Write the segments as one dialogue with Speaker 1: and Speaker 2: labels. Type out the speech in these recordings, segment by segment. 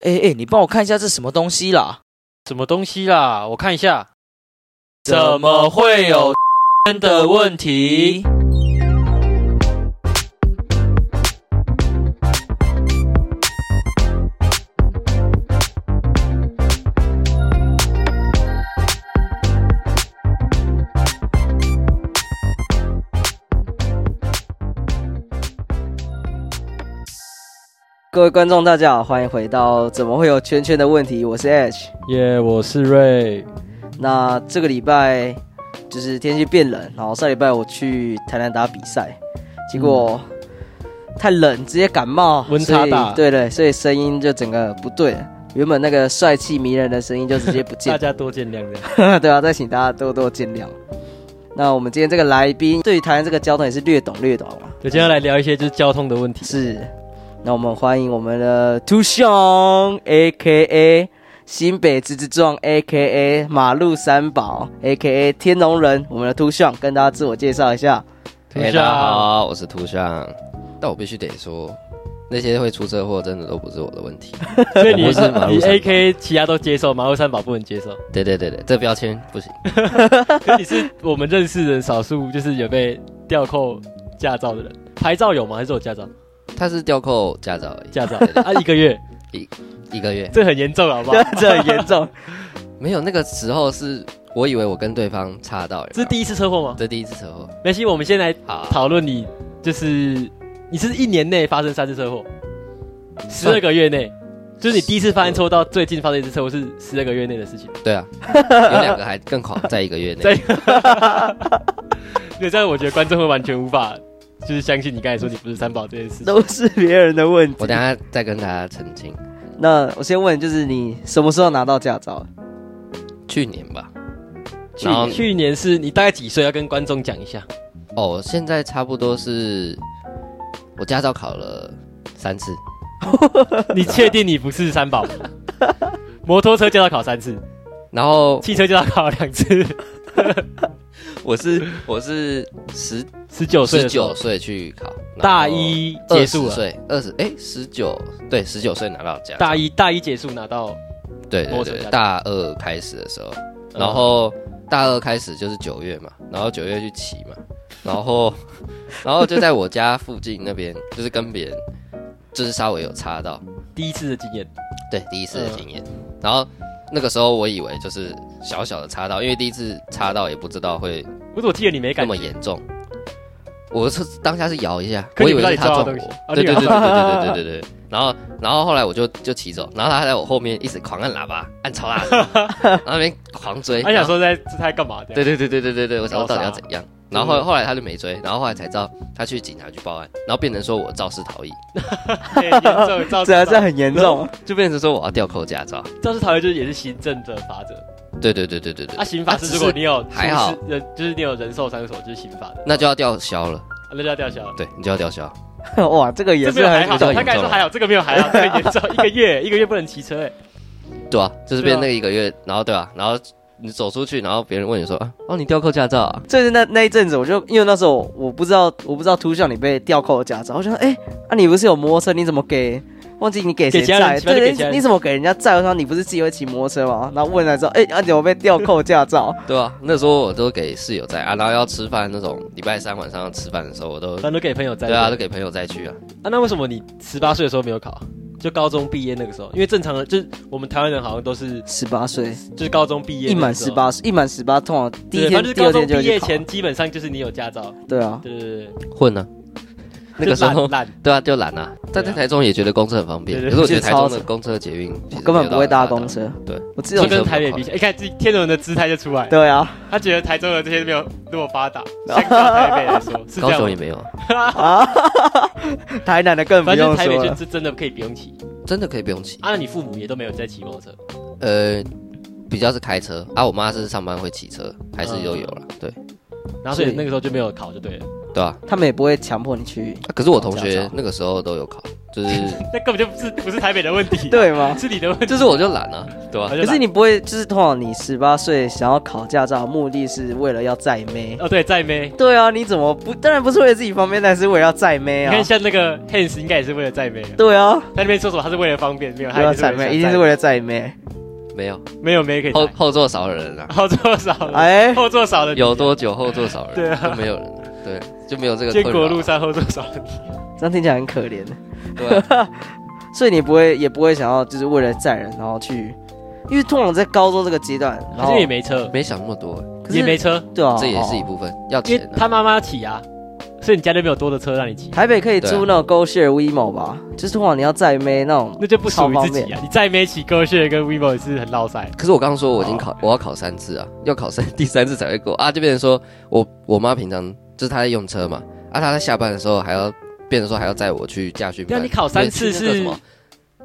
Speaker 1: 哎哎，你帮我看一下这什么东西啦？
Speaker 2: 什么东西啦？我看一下，
Speaker 1: 怎么会有
Speaker 2: 的问题？
Speaker 3: 各位观众，大家好，欢迎回到《怎么会有圈圈的问题》，我是 H。
Speaker 4: 耶我是瑞，
Speaker 3: 那这个礼拜就是天气变冷，然后上礼拜我去台南打比赛，结果太冷，直接感冒，
Speaker 4: 嗯温差大
Speaker 3: 所以对对，所以声音就整个不对了。原本那个帅气迷人的声音就直接不见
Speaker 4: 大
Speaker 3: 了，
Speaker 4: 家多见谅这样。
Speaker 3: 对啊，再请大家多多见谅。那我们今天这个来宾对于台南这个交通也是略懂略懂啊，
Speaker 4: 就今天来聊一些就是交通的问题。
Speaker 3: 是，那我们欢迎我们的图雄 A K A 新北直直撞 A K A 马路三宝 A K A 天龙人，我们的图雄跟大家自我介绍一下。
Speaker 2: 图
Speaker 5: 哎，
Speaker 2: 像
Speaker 5: 大家好，我是图像。但我必须得说，那些会出车祸真的都不是我的问题。
Speaker 4: 所以你
Speaker 5: 我是马路
Speaker 4: 你
Speaker 5: 三宝
Speaker 4: A K 其他都接受，马路三宝不能 接受。
Speaker 5: 对对对对，这标签不行。
Speaker 4: 可是你是我们认识的少数，就是有被吊扣驾照的人。牌照有吗？还是有驾照？
Speaker 5: 他是吊扣驾照而已，
Speaker 4: 驾 照
Speaker 5: 对对
Speaker 4: 啊，一个月，
Speaker 5: 一个月
Speaker 4: 这很严重，好不好？
Speaker 3: 这很严重，
Speaker 5: 没有。那个时候是我以为我跟对方差到，有没有
Speaker 4: 这是第一次车祸吗？
Speaker 5: 这第一次车祸。
Speaker 4: 没系，我们先来
Speaker 5: 好，啊
Speaker 4: 讨论你，就是你是一年内发生三次车祸，十二个月内，就是你第一次发生车祸到最近发生一次车祸是十二个月内的事情。
Speaker 5: 对啊， 有两个还更狂，在一个月
Speaker 4: 在
Speaker 5: 内。
Speaker 4: 对，这样我觉得观众会完全无法，就是相信你刚才说你不是三宝这件事情。
Speaker 3: 都是别人的问题
Speaker 5: 我。等一下再跟大家澄清，
Speaker 3: 那我先问，就是你什么时候拿到驾照？
Speaker 5: 去年吧。
Speaker 4: 去
Speaker 5: 然后
Speaker 4: 去年是你大概几岁？要跟观众讲一下。
Speaker 5: 哦，现在差不多是我驾照考了三次，
Speaker 4: 你确定你不是三宝？ 摩托车就要考三次，
Speaker 5: 然后
Speaker 4: 汽车就要考两次。
Speaker 5: 我是我是十
Speaker 4: 十九岁
Speaker 5: 十
Speaker 4: 的时候
Speaker 5: 九，岁去考，
Speaker 4: 大一
Speaker 5: 然后
Speaker 4: 结束
Speaker 5: 20
Speaker 4: 了，
Speaker 5: 岁二十哎十九对十九岁拿到驾照，
Speaker 4: 大一大一结束拿到，
Speaker 5: 对
Speaker 4: 摸
Speaker 5: 对
Speaker 4: 索驾照
Speaker 5: 对，大二开始的时候，
Speaker 4: 嗯
Speaker 5: 然后大二开始就是九月嘛，然后九月去骑嘛，然后然后就在我家附近那边，就是跟别人就是稍微有擦到，
Speaker 4: 第一次的经验，
Speaker 5: 对第一次
Speaker 4: 嗯
Speaker 5: 的经验，然后那个时候我以为就是小小的擦到，因为第一次擦到也不知道会
Speaker 4: 不是我记得你没
Speaker 5: 那
Speaker 4: 感
Speaker 5: 么
Speaker 4: 觉，
Speaker 5: 严重。我是当下是摇一下，
Speaker 4: 可
Speaker 5: 我
Speaker 4: 你
Speaker 5: 以
Speaker 4: 不知
Speaker 5: 为
Speaker 4: 道
Speaker 5: 是
Speaker 4: 你
Speaker 5: 他
Speaker 4: 撞
Speaker 5: 撞
Speaker 4: 到东西啊
Speaker 5: 我，对
Speaker 4: 你以为
Speaker 5: 对对对对对对对对。然后然后后来我就就骑走，然后他在我后面一直狂按喇叭，按超大 声，然后那边狂 追。
Speaker 4: 他想说在这在干嘛这样
Speaker 5: 然后，对对对对对对对，我想说
Speaker 4: 搞啥
Speaker 5: 到底要怎样？然
Speaker 4: 嗯
Speaker 5: 后后后来他就没追，然后后来才知道他去警察局报案，然后变成说我肇事逃逸，
Speaker 4: 很 严重， 肇事
Speaker 3: 这
Speaker 5: 啊
Speaker 3: 样这
Speaker 4: 逃
Speaker 3: 很严 重。
Speaker 5: 就变成说我要吊扣驾照。
Speaker 4: 肇事逃逸就是也是行政的罚则。
Speaker 5: 对对对对对对
Speaker 4: 啊，，刑法
Speaker 5: 啊只
Speaker 4: 是
Speaker 5: 是
Speaker 4: 如果你有出事
Speaker 5: 还好
Speaker 4: 人就是你有人寿伤口，就是刑法的，
Speaker 5: 那就要吊销了，
Speaker 4: 啊那就要吊销。
Speaker 5: 对你就要吊销。
Speaker 3: 哇，这个也
Speaker 4: 这没
Speaker 3: 是
Speaker 4: 有还
Speaker 3: 很
Speaker 4: 好，
Speaker 5: 这
Speaker 4: 他
Speaker 5: 个严重
Speaker 4: 刚才说还好，这个没有还好，这个严重，一个月一个月不能骑车，哎，
Speaker 5: 对啊，就是
Speaker 4: 对啊
Speaker 5: 变那个一个月，然后对啊，然后你走出去，然后别人问你说啊，哦你吊扣驾照啊？
Speaker 3: 就是那那一阵子，我就因为那时候我不知道，我不知道图像你被吊扣的驾照，我想说，哎、啊你不是有摩托车，你怎么给？忘记你给谁
Speaker 4: 给家人
Speaker 3: 载？
Speaker 4: 反正给
Speaker 3: 对，
Speaker 4: 家人
Speaker 3: 你你怎么给人家载？我说你不是自己会骑摩托车吗？然后问了之后，哎、啊你怎么被吊扣驾照？
Speaker 5: 对啊，那时候我都给室友在啊，然后要吃饭那种，礼拜三晚上要吃饭的时候，我都
Speaker 4: 反正都给朋友在。
Speaker 5: 对啊，都给朋友再去啊。
Speaker 4: 啊，那为什么你十八岁的时候没有考啊？就高中毕业那个时候，因为正常的，就是我们台湾人好像都是
Speaker 3: 十八岁，
Speaker 4: 就是高中毕业
Speaker 3: 一满
Speaker 4: 那时
Speaker 3: 十
Speaker 4: 候，
Speaker 3: 八，一满十八，通常第一
Speaker 4: 对反
Speaker 3: 天、
Speaker 4: 正就
Speaker 3: 第
Speaker 4: 是高
Speaker 3: 二
Speaker 4: 中
Speaker 3: 天就会
Speaker 4: 毕
Speaker 3: 去
Speaker 4: 业
Speaker 3: 考
Speaker 4: 前基本上就是你有驾照，
Speaker 3: 对啊，
Speaker 4: 对对对，
Speaker 5: 混呢、啊，那个时
Speaker 4: 就
Speaker 5: 候
Speaker 4: 懒懒，
Speaker 5: 对啊，就懒啊。但在台中也觉得公车很方便，
Speaker 4: 对对
Speaker 5: 可是我觉得
Speaker 3: 就
Speaker 5: 台
Speaker 3: 是超
Speaker 5: 中的公车捷运其实
Speaker 3: 我根本不会搭
Speaker 5: 没有到
Speaker 3: 公车。
Speaker 5: 对，
Speaker 3: 我只有
Speaker 4: 就
Speaker 5: 这种
Speaker 4: 跟台北比起来，你看这天龙人的姿态就出 来，
Speaker 3: 对啊，
Speaker 4: 他觉得台中的这些没有那么发达，相较台北来说是这
Speaker 5: 高
Speaker 4: 样
Speaker 5: 雄也
Speaker 4: 吗。
Speaker 5: 没有啊，
Speaker 3: 台南的更不
Speaker 4: 反正
Speaker 3: 用
Speaker 4: 台北
Speaker 3: 说
Speaker 4: 就
Speaker 3: 了。
Speaker 4: 是真的可以不用骑，
Speaker 5: 真的可以不用骑。
Speaker 4: 啊，那你父母也都没有在骑摩托车，
Speaker 5: 呃，比较是开车啊，我妈是上班会骑车，还是都有了。对
Speaker 4: 然后所以
Speaker 3: 所以
Speaker 4: 那个时候就没有考就对了。
Speaker 5: 对啊，
Speaker 3: 他们也不会强迫你去
Speaker 5: 啊可是我同
Speaker 3: 考驾
Speaker 5: 学
Speaker 3: 照
Speaker 5: 那个时候都有考，就是
Speaker 4: 那根本就不是不是台北的问题，，
Speaker 3: 对 吗？
Speaker 4: 是你的问 题。
Speaker 5: 就是我就懒啊，对吧、
Speaker 4: 我就
Speaker 3: 可
Speaker 4: 懒
Speaker 3: 是你不会，就是通常你十八岁想要考驾照，目的是为了要载妹。
Speaker 4: 哦，对，在妹，
Speaker 3: 对啊，你怎么不？当然不是为了自己方便，但是为了要载妹
Speaker 4: 你
Speaker 3: 啊。
Speaker 4: 看像那个 Hans 应该也是为了在妹啊，
Speaker 3: 对啊，
Speaker 4: 在那边说什么他是为了方便，没有，
Speaker 3: 为
Speaker 4: 他
Speaker 3: 了
Speaker 4: 也是
Speaker 3: 啊载
Speaker 4: 为了
Speaker 3: 妹，
Speaker 4: 想
Speaker 3: 一定
Speaker 4: 载
Speaker 3: 是为了载妹。
Speaker 5: 没有
Speaker 4: 没有没可以
Speaker 5: 后
Speaker 4: 载
Speaker 5: 后座少了 人啊，
Speaker 4: 后座少了，
Speaker 3: 哎，
Speaker 4: 后座少了你啊
Speaker 5: 有多久后座少人，
Speaker 4: 对啊
Speaker 5: 就没有人了，对，就没有这个
Speaker 4: 建
Speaker 5: 困
Speaker 4: 国路
Speaker 5: 扰啊，
Speaker 4: 上后座少了你，
Speaker 3: 这样听起来很可怜。
Speaker 5: 对啊、
Speaker 3: 所以你不会，也不会想要，就是为了载人，然后去，因为通常在高中这个阶段，
Speaker 4: 可
Speaker 3: 然后
Speaker 4: 是也没车，
Speaker 5: 没想那么多，
Speaker 3: 可是
Speaker 4: 也没车，
Speaker 3: 对啊，
Speaker 5: 这也是一
Speaker 3: 哦
Speaker 5: 部分要
Speaker 4: 因
Speaker 5: 钱
Speaker 4: 为
Speaker 5: 啊。
Speaker 4: 他妈妈骑啊，所以你家那边有多的车让你骑，
Speaker 3: 台北可以
Speaker 5: 对
Speaker 3: 租
Speaker 5: 啊
Speaker 3: 那种 Go Share WeMo 吧，就是通常你要载妹那种，
Speaker 4: 那就不属于
Speaker 3: 超
Speaker 4: 自
Speaker 3: 方
Speaker 4: 己啊！
Speaker 3: 便
Speaker 4: 你在没骑 g o s h a 跟 vivo 也是很绕塞，
Speaker 5: 可是我刚刚说我已经考，
Speaker 4: 哦
Speaker 5: 我要考三次啊， 要考三第三次才会过啊，就变成说我我妈平常就是她在用车嘛，啊她在下班的时候还要变成说还要载我去驾训
Speaker 4: 对
Speaker 5: 班。
Speaker 4: 啊你考三次
Speaker 5: 去那个什么？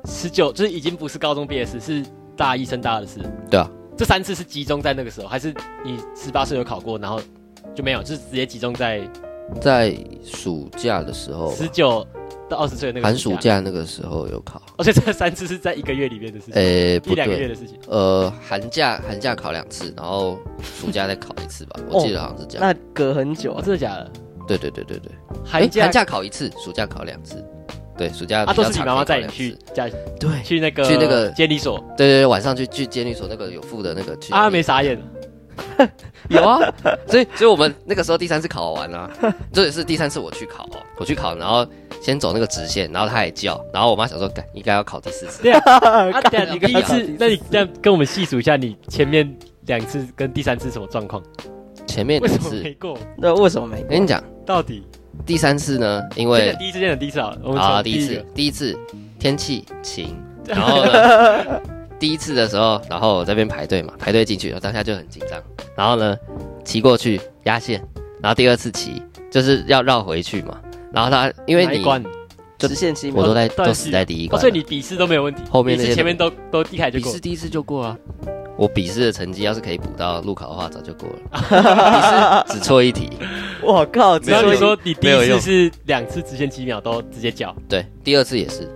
Speaker 4: 十九就是已经不是高中毕业的事，是大一升大二的事。
Speaker 5: 对啊，
Speaker 4: 这三次是集中在那个时候，还是你十八岁有考过，然后就没有，就是直接集中在
Speaker 5: 在暑假的时候吧，
Speaker 4: 十九到二十岁的那个
Speaker 5: 寒暑。假那个时候有考，
Speaker 4: 而且哦这三次是在一个月里面的事情，
Speaker 5: 诶、
Speaker 4: 一
Speaker 5: 不
Speaker 4: 两个月
Speaker 5: 对，
Speaker 4: 的事情。
Speaker 5: 呃寒假寒假考两次，然后暑假再考一次吧，我记得好像是这样。
Speaker 3: 那隔很久
Speaker 4: 哦，
Speaker 3: 啊。
Speaker 4: 真的假的？
Speaker 5: 对对对对对，
Speaker 4: 哎
Speaker 5: 诶
Speaker 4: 寒假
Speaker 5: 寒假考一次，暑假考两次，对，暑假
Speaker 4: 啊，
Speaker 5: 比较
Speaker 4: 都是你
Speaker 5: 长
Speaker 4: 妈妈
Speaker 5: 可以
Speaker 4: 带你
Speaker 5: 考两
Speaker 4: 去
Speaker 5: 次，
Speaker 4: 家
Speaker 5: 对
Speaker 4: 去那个
Speaker 5: 去那个
Speaker 4: 监理所，
Speaker 5: 对对对，晚上去去监狱所那个有附的那个去
Speaker 4: 啊，没傻眼，
Speaker 5: 有啊，所以 所以我们那个时候第三次考完啦、这也是第三次我去考、哦，我去考，然后先走那个直线，然后他也叫，然后我妈想说，干应该要考第四次，
Speaker 4: 啊，等一下
Speaker 5: 你
Speaker 4: 你第
Speaker 5: 刚
Speaker 4: 一
Speaker 5: 刚
Speaker 4: 次，那你这样跟我们细数一下，你前面两次跟第三次什么状况？
Speaker 5: 前面
Speaker 4: 为
Speaker 5: 两
Speaker 4: 什么
Speaker 5: 次
Speaker 4: 没，过？
Speaker 3: 那为什么没？
Speaker 5: 跟你讲，
Speaker 4: 到底？
Speaker 5: 第三次呢，因
Speaker 4: 这
Speaker 5: 为
Speaker 4: 个第一次见的第一次啊，我们
Speaker 5: 啊
Speaker 4: 从
Speaker 5: 第一
Speaker 4: 个
Speaker 5: 次，第一次天气晴， 然后呢，第一次的时候，然后我这边排队嘛，排队进去，我当下就很紧张，然后呢，骑过去压线，然后第二次骑就是要绕回去嘛，然后他因为
Speaker 4: 哪一
Speaker 5: 你
Speaker 4: 关
Speaker 5: 就
Speaker 3: 直线期
Speaker 5: 我
Speaker 3: 末
Speaker 5: 都在
Speaker 4: 断
Speaker 5: 都死
Speaker 4: 气
Speaker 5: 在第一
Speaker 4: 哦，
Speaker 5: 关了，
Speaker 4: 所以你笔试都没有问题，
Speaker 5: 后面那
Speaker 4: 笔
Speaker 5: 些
Speaker 4: 试前面都都第一开就
Speaker 5: 笔
Speaker 4: 过
Speaker 5: 试，第一次就过啊。我笔试的成绩要是可以补到路考的话，早就过 了。笔试只错一题，
Speaker 3: 我靠，
Speaker 4: 只要
Speaker 5: 没有
Speaker 4: 你
Speaker 3: 这
Speaker 4: 说你第
Speaker 5: 没有
Speaker 4: 一
Speaker 5: 用
Speaker 4: 次是两次直线几秒都直接叫，
Speaker 5: 对，第二次也是，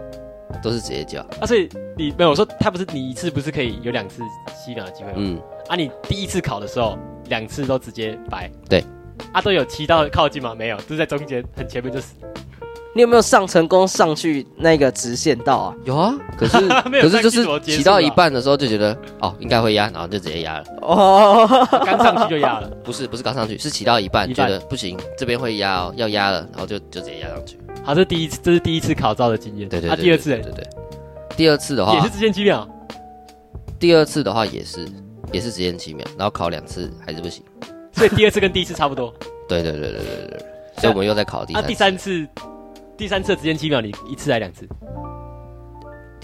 Speaker 5: 都是直接叫。
Speaker 4: 啊，所以你没有我说他不是你一次不是可以有两次七秒的机会吗？
Speaker 5: 嗯，
Speaker 4: 啊，你第一次考的时候两次都直接白，
Speaker 5: 对，
Speaker 4: 啊都有骑到靠近吗？没有，就是在中间很前面就死，
Speaker 3: 你有没有上成功上去那个直线道啊？
Speaker 5: 有啊，可是
Speaker 4: 没有
Speaker 5: 可是就
Speaker 4: 上去
Speaker 5: 是
Speaker 4: 怎么结束啊
Speaker 5: 骑到一半的时候就觉得哦应该会压，然后就直接压了。
Speaker 3: 哦，
Speaker 4: 刚上去就压了，
Speaker 5: 不是不是刚上去，是骑到一半
Speaker 4: 一
Speaker 5: 觉
Speaker 4: 半
Speaker 5: 得不行，这边会压哦，要压了，然后就就直接压上去。
Speaker 4: 好，这是第一次，这是第一次考照的经验，
Speaker 5: 对对对
Speaker 4: 啊，
Speaker 5: 对
Speaker 4: 第二次
Speaker 5: 对对对。第二次的
Speaker 4: 也
Speaker 5: 话
Speaker 4: 是，直线几秒，
Speaker 5: 第二次的话也是也是直接七秒，然后考两次还是不行。
Speaker 4: 所以第二次跟第一次差不多。
Speaker 5: 对对对对对对对。所以我们又在考第
Speaker 4: 啊，
Speaker 5: 三次
Speaker 4: 第三次，第三次的直线几秒，你一次还两 次，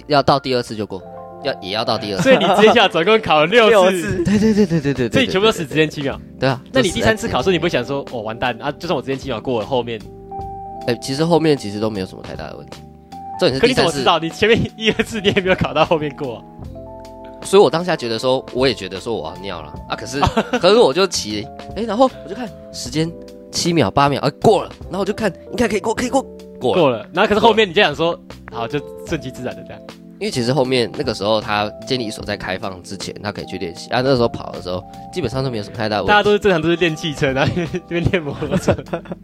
Speaker 5: 要到第二次就过，要也要到第二次。
Speaker 4: 所以你直接下总共考了六
Speaker 3: 六
Speaker 4: 次，
Speaker 3: 次，
Speaker 5: 对对对对对对对，
Speaker 4: 所以你全部都死直线七秒。
Speaker 5: 对啊。
Speaker 4: 那你第三次考
Speaker 5: 都
Speaker 4: 试，你不会想说，哦，完蛋啊，就算我直线七秒过了，后面，
Speaker 5: 死在，哎、其实后面其实都没有什么太大的问题。重点是
Speaker 4: 可
Speaker 5: 第
Speaker 4: 你怎
Speaker 5: 三
Speaker 4: 么知
Speaker 5: 次，
Speaker 4: 道？你前面一二次你也没有考到后面过啊？
Speaker 5: 所以我当下觉得说，我也觉得说我要尿了啊，可是可是我就骑，哎、然后我就看时间七秒八秒，啊过了，然后我就看应该可以过，可以过，过了。
Speaker 4: 过了，然后可是后面你就想说，好，就顺其自然的这样。
Speaker 5: 因为其实后面那个时候他监理所在开放之前，他可以去练习啊。那时候跑的时候，基本上都没有什么太大的问题，
Speaker 4: 大家都是正常都是练汽车，然后 这边练摩托车。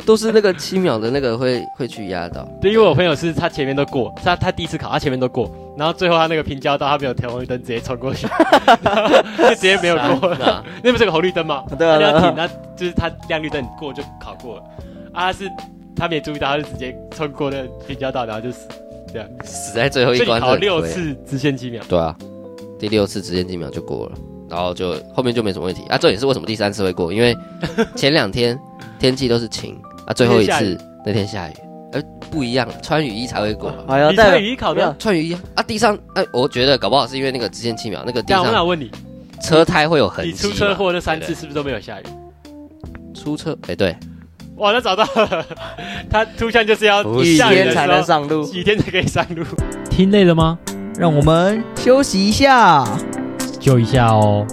Speaker 5: 都是那个七秒的那个会会去压到。
Speaker 4: 对，因为我朋友是他前面都过，他他第一次考他前面都过，然后最后他那个平交道他没有调红绿灯，直接冲过去，就直接没有过。
Speaker 5: 那
Speaker 4: 那不是有个红绿灯吗？
Speaker 3: 对
Speaker 4: 他
Speaker 3: 啊对啊
Speaker 4: 要停，那就是他亮绿灯过就考过了，啊他是他没注意到，他就直接冲过那平交道，然后就死。
Speaker 5: 死在最后一
Speaker 4: 所以你
Speaker 5: 关，
Speaker 4: 考六次直线几秒，
Speaker 5: 对啊，第六次直线几秒就过了，然后就后面就没什么问题啊。重点是为什么第三次会过？因 为前两天天气都是晴啊，最后
Speaker 4: 那天
Speaker 5: 一
Speaker 4: 下
Speaker 5: 次
Speaker 4: 雨
Speaker 5: 那天下雨，呃，不一样，穿雨衣才会过。
Speaker 3: 哎呀，
Speaker 4: 你参
Speaker 3: 代
Speaker 4: 与
Speaker 3: 表
Speaker 4: 一考的。
Speaker 5: 穿雨衣啊啊，地上哎、我觉得搞不好是因为那个直线七秒，那个地
Speaker 4: 但我
Speaker 5: 上
Speaker 4: 想问你，
Speaker 5: 车胎会有痕迹
Speaker 4: 你
Speaker 5: 嘛。
Speaker 4: 出车祸那三
Speaker 5: 啊
Speaker 4: 次
Speaker 5: 对不
Speaker 4: 是不是都没有下雨？
Speaker 5: 对出车哎、对，
Speaker 4: 哇，他找到了，他突像就是要
Speaker 5: 不是
Speaker 3: 一
Speaker 4: 下雨
Speaker 3: 天
Speaker 4: 的
Speaker 3: 才
Speaker 4: 时
Speaker 3: 能
Speaker 4: 候，
Speaker 3: 上路。
Speaker 4: 几天才可以上路。
Speaker 2: 听累了吗？
Speaker 1: 让我们休息一下。
Speaker 2: 就一下哦。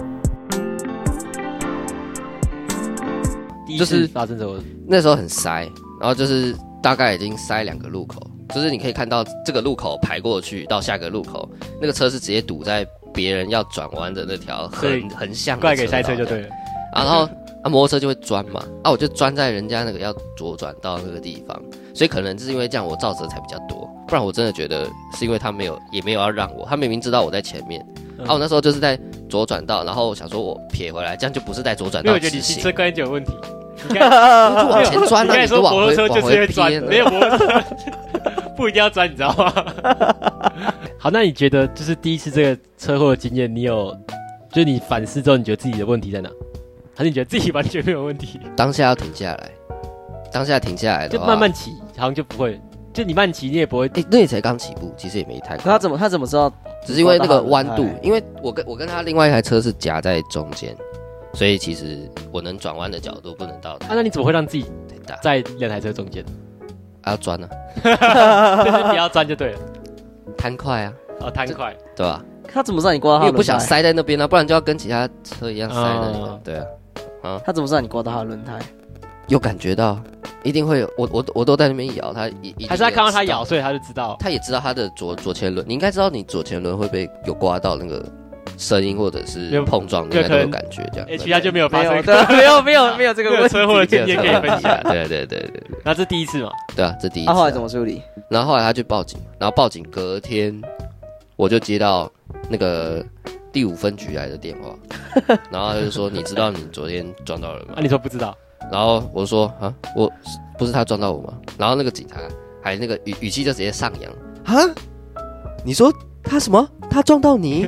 Speaker 4: 第
Speaker 5: 就是
Speaker 4: 发生什么？
Speaker 5: 那时候很塞，然后就是大概已经塞两个路口，就是你可以看到这个路口排过去到下个路口，那个车是直接堵在别人要转弯的那条
Speaker 4: 所以
Speaker 5: 很很像
Speaker 4: 怪给塞车就
Speaker 5: 了。
Speaker 4: 对了。
Speaker 5: 啊，然后啊，摩托车就会钻嘛，啊，我就钻在人家那个要左转到那个地方，所以可能是因为这样我肇事才比较多，不然我真的觉得是因为他没有，也没有要让我，他明明知道我在前面，
Speaker 4: 嗯
Speaker 5: 啊，我那时候就是在左转道，然后我想说我撇回来，这样就不是在左转
Speaker 4: 因为
Speaker 5: 道
Speaker 4: 我觉得
Speaker 5: 直
Speaker 4: 你行
Speaker 5: 行，
Speaker 4: 车观念就有问题。 你看，
Speaker 5: 就往前钻
Speaker 4: 你
Speaker 5: 啊，
Speaker 4: 看
Speaker 5: 你
Speaker 4: 你
Speaker 5: 就
Speaker 4: 说摩
Speaker 5: 往
Speaker 4: 托
Speaker 5: 回
Speaker 4: 车就
Speaker 5: 往
Speaker 4: 是会
Speaker 5: 回
Speaker 4: 钻
Speaker 5: 偏，，
Speaker 4: 没有摩托车 不一定要钻，你知道吗？ 好，那你觉得就是第一次这个车祸的经验，你有就是你反思之后，你觉得自己的问题在哪？还是你觉得自己完全没有问题？
Speaker 5: 当下要停下来，当下停下来的
Speaker 4: 就
Speaker 5: 话，
Speaker 4: 慢慢骑，好像就不会。就你慢骑，你也不会。
Speaker 5: 哎、那也才刚起步，其实也没太
Speaker 3: 那他
Speaker 5: 快，
Speaker 3: 怎么他怎么知道？
Speaker 5: 只是因为那个弯度
Speaker 3: 他很，
Speaker 5: 因为我跟我跟他另外一台车是夹在中间，所以其实我能转弯的角度不能到
Speaker 4: 啊，
Speaker 5: 太
Speaker 4: 那你怎么会让自己
Speaker 5: 太大，
Speaker 4: 在两台车中 间？
Speaker 5: 啊要钻啊，
Speaker 4: 就是不要钻就对了。
Speaker 5: 贪快啊，
Speaker 4: 哦，贪快。
Speaker 5: 对吧？
Speaker 3: 他怎么知道你刮到
Speaker 5: 因
Speaker 3: 他
Speaker 5: 为
Speaker 3: 的
Speaker 5: 不
Speaker 3: 轮
Speaker 5: 想
Speaker 3: 胎？
Speaker 5: 塞在那边啊，不然就要跟其他车一样塞那里
Speaker 4: 啊
Speaker 5: 了，对啊，
Speaker 3: 他怎么知道你刮到他的轮胎？
Speaker 5: 有感觉到，一定会有，我我我都在那边摇，他一
Speaker 4: 还是他看到他。
Speaker 5: 一定也知道
Speaker 4: 咬，所以他就知 道。
Speaker 5: 他也知道他的左左前轮，你应该知道你左前轮会被有刮到那个声音或者是
Speaker 4: 有
Speaker 5: 碰撞，你
Speaker 4: 有
Speaker 5: 应该都
Speaker 4: 可
Speaker 5: 有
Speaker 4: 能
Speaker 5: 感觉这样。
Speaker 4: H 哎他就没有发
Speaker 3: 没有，
Speaker 4: 生
Speaker 3: 对，啊没有没有没有这
Speaker 4: 这
Speaker 3: 个问
Speaker 4: 个
Speaker 3: 题。
Speaker 4: 车祸的经
Speaker 5: 这
Speaker 4: 验
Speaker 5: 个啊
Speaker 4: 可以 分享。
Speaker 5: 对对对对
Speaker 4: 那这第一次嘛，
Speaker 5: 对啊，这第一次
Speaker 3: 他
Speaker 5: 啊。
Speaker 3: 后来怎么处理？
Speaker 5: 然后后来他去报警，然后报警隔天我就接到那个第五分局来的电话，然后他就说：“你知道你昨天撞到人吗
Speaker 4: 啊，你说不知道，？”
Speaker 5: 然后我说：“啊，我不是他撞到我吗？”然后那个警察还那个语语气就直接上扬：“啊，你说他什么？他撞到你？”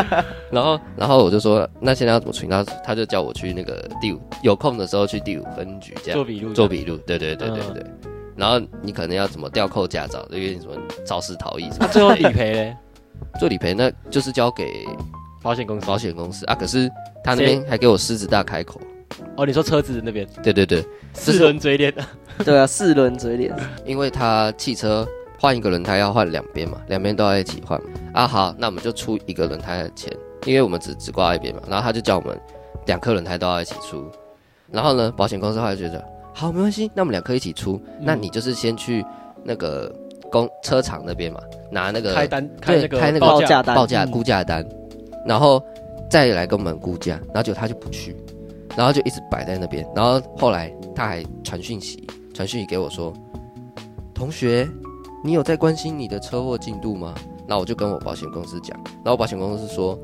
Speaker 5: 然后然后我就说：“那现在要怎么处理？”他他就叫我去那个第五有空的时候去第五分局这样
Speaker 4: 做笔录，
Speaker 5: 做笔录，嗯对对对对对。然后你可能要怎么吊扣驾照，因为你什么肇事逃逸什
Speaker 4: 那
Speaker 5: 么，
Speaker 4: 啊最后理赔嘞，
Speaker 5: 做理赔那就是交给
Speaker 4: 保险公司。
Speaker 5: 保险公司啊。可是他那边还给我狮子大开口，
Speaker 4: 哦，你说车子那边
Speaker 5: 对对对，是
Speaker 4: 四轮追脸，
Speaker 3: 对啊，四轮嘴脸，
Speaker 5: 因为他汽车换一个轮胎要换两边嘛，两边都要一起换嘛啊。好，那我们就出一个轮胎的钱，因为我们只只挂一边嘛。然后他就叫我们两颗轮胎都要一起出。然后呢，保险公司后来觉得好没关系，那我们两颗一起出，那你就是先去那个公车厂那边嘛，拿那 个
Speaker 4: 开单开
Speaker 5: 对
Speaker 4: 那个
Speaker 5: 开那个
Speaker 4: 报
Speaker 3: 报价单
Speaker 5: 报价
Speaker 4: 嗯
Speaker 5: 估价单，然后再来跟我们估价，然后就他就不去，然后就一直摆在那边，然后后来他还传讯息，传讯息给我说，同学，你有在关心你的车祸进度吗？那我就跟我保险公司讲，然后保险公司说，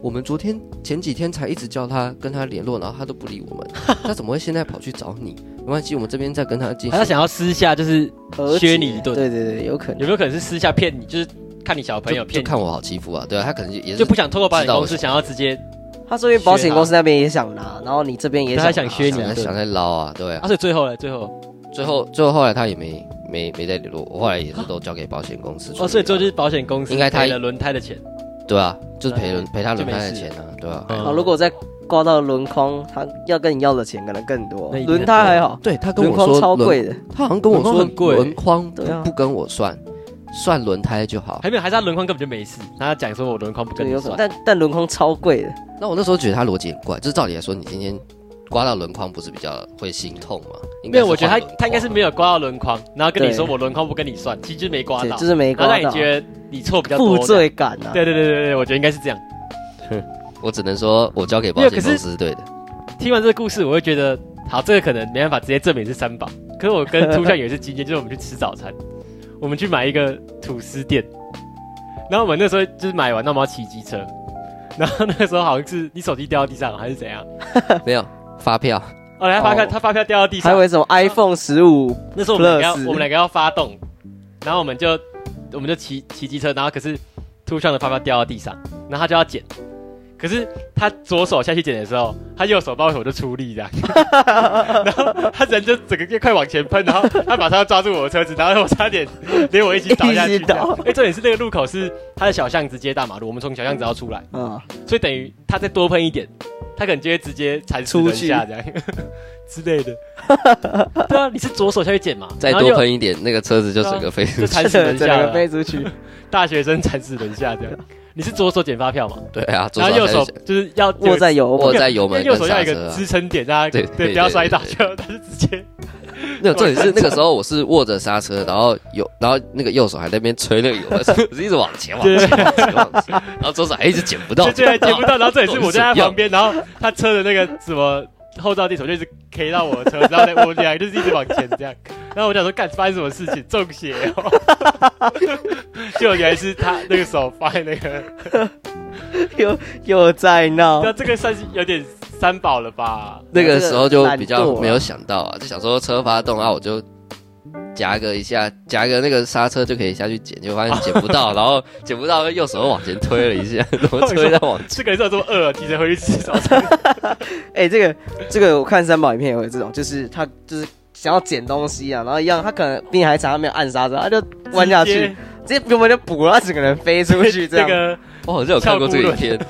Speaker 5: 我们昨天前几天才一直叫他跟他联络，然后他都不理 我们，他怎么会现在跑去找你？没关系，我们这边再跟他进
Speaker 4: 啊他
Speaker 5: 行
Speaker 4: 是。想要私下就是
Speaker 3: 而
Speaker 4: 削
Speaker 3: 且
Speaker 4: 你一顿
Speaker 3: 对对对，有可能。
Speaker 4: 有没有可能是私下骗你，就是看你小朋友
Speaker 5: 就就
Speaker 4: 骗
Speaker 5: 看我好欺负啊，对啊，他可能也
Speaker 4: 你，
Speaker 5: 是
Speaker 4: 就不想透过保险公司
Speaker 5: 知道
Speaker 4: 想要直接，
Speaker 3: 他这边保险公司那边也想拿，然后你这边
Speaker 4: 对
Speaker 3: 也想
Speaker 4: 他
Speaker 3: 拿，
Speaker 4: 想削你
Speaker 5: 想在想在捞啊，对啊
Speaker 4: 啊，，所以最后嘞，最后
Speaker 5: 最后最后后来他也没没没再联络我，后来也是都交给保险公司处理啊。
Speaker 4: 哦，所以最后就是保险公司
Speaker 5: 应该他
Speaker 4: 赔了轮胎的钱，
Speaker 5: 对啊，就是赔轮
Speaker 4: 哎就
Speaker 5: 赔他轮胎的
Speaker 4: 就没事
Speaker 5: 钱啊，对啊。
Speaker 4: 嗯
Speaker 3: 哦，如果再刮到轮框，他要跟你要的钱可能更多
Speaker 4: 那一。定
Speaker 3: 轮胎还好，
Speaker 5: 对他跟
Speaker 3: 轮
Speaker 5: 我
Speaker 3: 框
Speaker 5: 说
Speaker 3: 超贵
Speaker 5: 轮，
Speaker 3: 的，
Speaker 5: 他好像跟我
Speaker 4: 轮
Speaker 5: 说
Speaker 4: 框很贵
Speaker 5: 轮框
Speaker 3: 对啊
Speaker 5: 不不跟我算，算轮胎就好。
Speaker 4: 还没有，还是他轮框根本就没事，他讲说我轮框不跟
Speaker 3: 对，
Speaker 4: 你
Speaker 3: 有可能。
Speaker 4: 算，
Speaker 3: 但但轮框超贵的，
Speaker 5: 那我那时候觉得他逻辑很怪，就是照理来说，你今天刮到轮框不是比较会心痛吗？应
Speaker 4: 没
Speaker 5: 该
Speaker 4: 有，
Speaker 5: 是
Speaker 4: 我觉得他
Speaker 5: 换轮框
Speaker 4: 他应该是没有刮到轮框，然后跟你
Speaker 3: 对
Speaker 4: 说我轮框不跟你算，其实就是没刮
Speaker 3: 对
Speaker 4: 到，
Speaker 3: 就是没
Speaker 4: 然后
Speaker 3: 刮
Speaker 4: 让你
Speaker 3: 到，
Speaker 4: 觉得你错比较多
Speaker 3: 负，罪感啊。
Speaker 4: 对对对对对对，我觉得应该是这样。
Speaker 5: 我只能说我交给保
Speaker 4: 没有
Speaker 5: 险
Speaker 4: 可是
Speaker 5: 公司是对的。
Speaker 4: 听完这个故事，我会觉得，好，这个可能没办法直接证明是三宝。可是我跟图像有一次经验，就是我们去吃早餐， 我们去买一个吐司店，然后我们那时候就是买完，那我们要骑机车，然后那个时候好像是你手机掉到地上还是怎样，
Speaker 5: 没有发票，
Speaker 4: 后来他发票、
Speaker 3: 哦
Speaker 4: 他发票掉到地
Speaker 3: 还
Speaker 4: 上
Speaker 3: 有，什么 iPhone 十五，
Speaker 4: 那时候我们两个要
Speaker 3: Plus
Speaker 4: 我们两个要发动，然后我们就我们就骑骑机车，然后可是图像的发票掉到地上，然后他就要捡，可是他左手下去捡的时候，他右手抱手就出力这样， 然后他人就整个就快往前喷，然后他马上要抓住我的车子，然后我差点连我一起倒下
Speaker 3: 一
Speaker 4: 去
Speaker 3: 起
Speaker 4: 这样。
Speaker 3: 倒
Speaker 4: 哎、重点是那个路口是他的小巷子接大马路，我们从小巷子要出来，
Speaker 3: 啊，
Speaker 4: 所以等于他再多喷一点，他可能就会直接缠死
Speaker 3: 出
Speaker 4: 人
Speaker 3: 去
Speaker 4: 下这样 之类的。 对啊，你是左手下去捡嘛，
Speaker 5: 再
Speaker 4: 然后啊
Speaker 5: 多
Speaker 4: 右
Speaker 5: 喷一点，那个车子就整个飞出
Speaker 4: 就
Speaker 5: 去。
Speaker 4: 惨死人
Speaker 3: 整
Speaker 4: 下
Speaker 3: 个
Speaker 4: 了，
Speaker 3: 飞 出去，
Speaker 4: 大学生惨死人下这样。你是左手捡发票嘛？
Speaker 5: 对啊，左
Speaker 4: 然后右手
Speaker 5: 手
Speaker 4: 就是要
Speaker 3: 握在油
Speaker 5: 握
Speaker 3: 门，
Speaker 5: 在油
Speaker 4: 因为
Speaker 5: 门
Speaker 4: 右
Speaker 5: 跟
Speaker 4: 手要有
Speaker 5: 刹
Speaker 4: 一
Speaker 5: 车
Speaker 4: 个
Speaker 5: 啊，
Speaker 4: 支撑点，让他
Speaker 5: 对
Speaker 4: 对
Speaker 5: 对
Speaker 4: 不要摔倒，
Speaker 5: 对
Speaker 4: 就他就直接
Speaker 5: 没有重点是那个时候我是握着刹车，然后有，然后那个右手还在那边吹那个油门，我是一直往前往前往前往前，然后左手还一直捡不到，
Speaker 4: 就居然接不到，然后这也是我在他
Speaker 5: 到 底怎样
Speaker 4: 旁边，然后他车的那个什么后照镜手就一直 K 到我的车，然后在我俩就是一直往前这样，然后我想说干发生什么事情中邪哦， 就原来是他那个手放在那个，
Speaker 3: 又又在 闹
Speaker 4: 那，这个算是有点三宝了吧？
Speaker 5: 那个时候就比较没有想到啊，就想说车发动啊，我就夹个一下，夹个那个刹车就可以下去捡，就发现捡不到，然后捡不到，右手往前推了一下， 然后推再往
Speaker 4: 这个人是有这么饿啊，提前回去吃早餐，啊
Speaker 3: 哎、这个这个我看三宝影片也会有这种，就是他就是想要捡东西啊，然后一样他可能比你还长，他没有按刹车，他就 弯下去，直接油门就补了，他整个人飞出去
Speaker 4: 直接
Speaker 3: 这样
Speaker 4: 那。个
Speaker 5: 我好像有看过这个影片，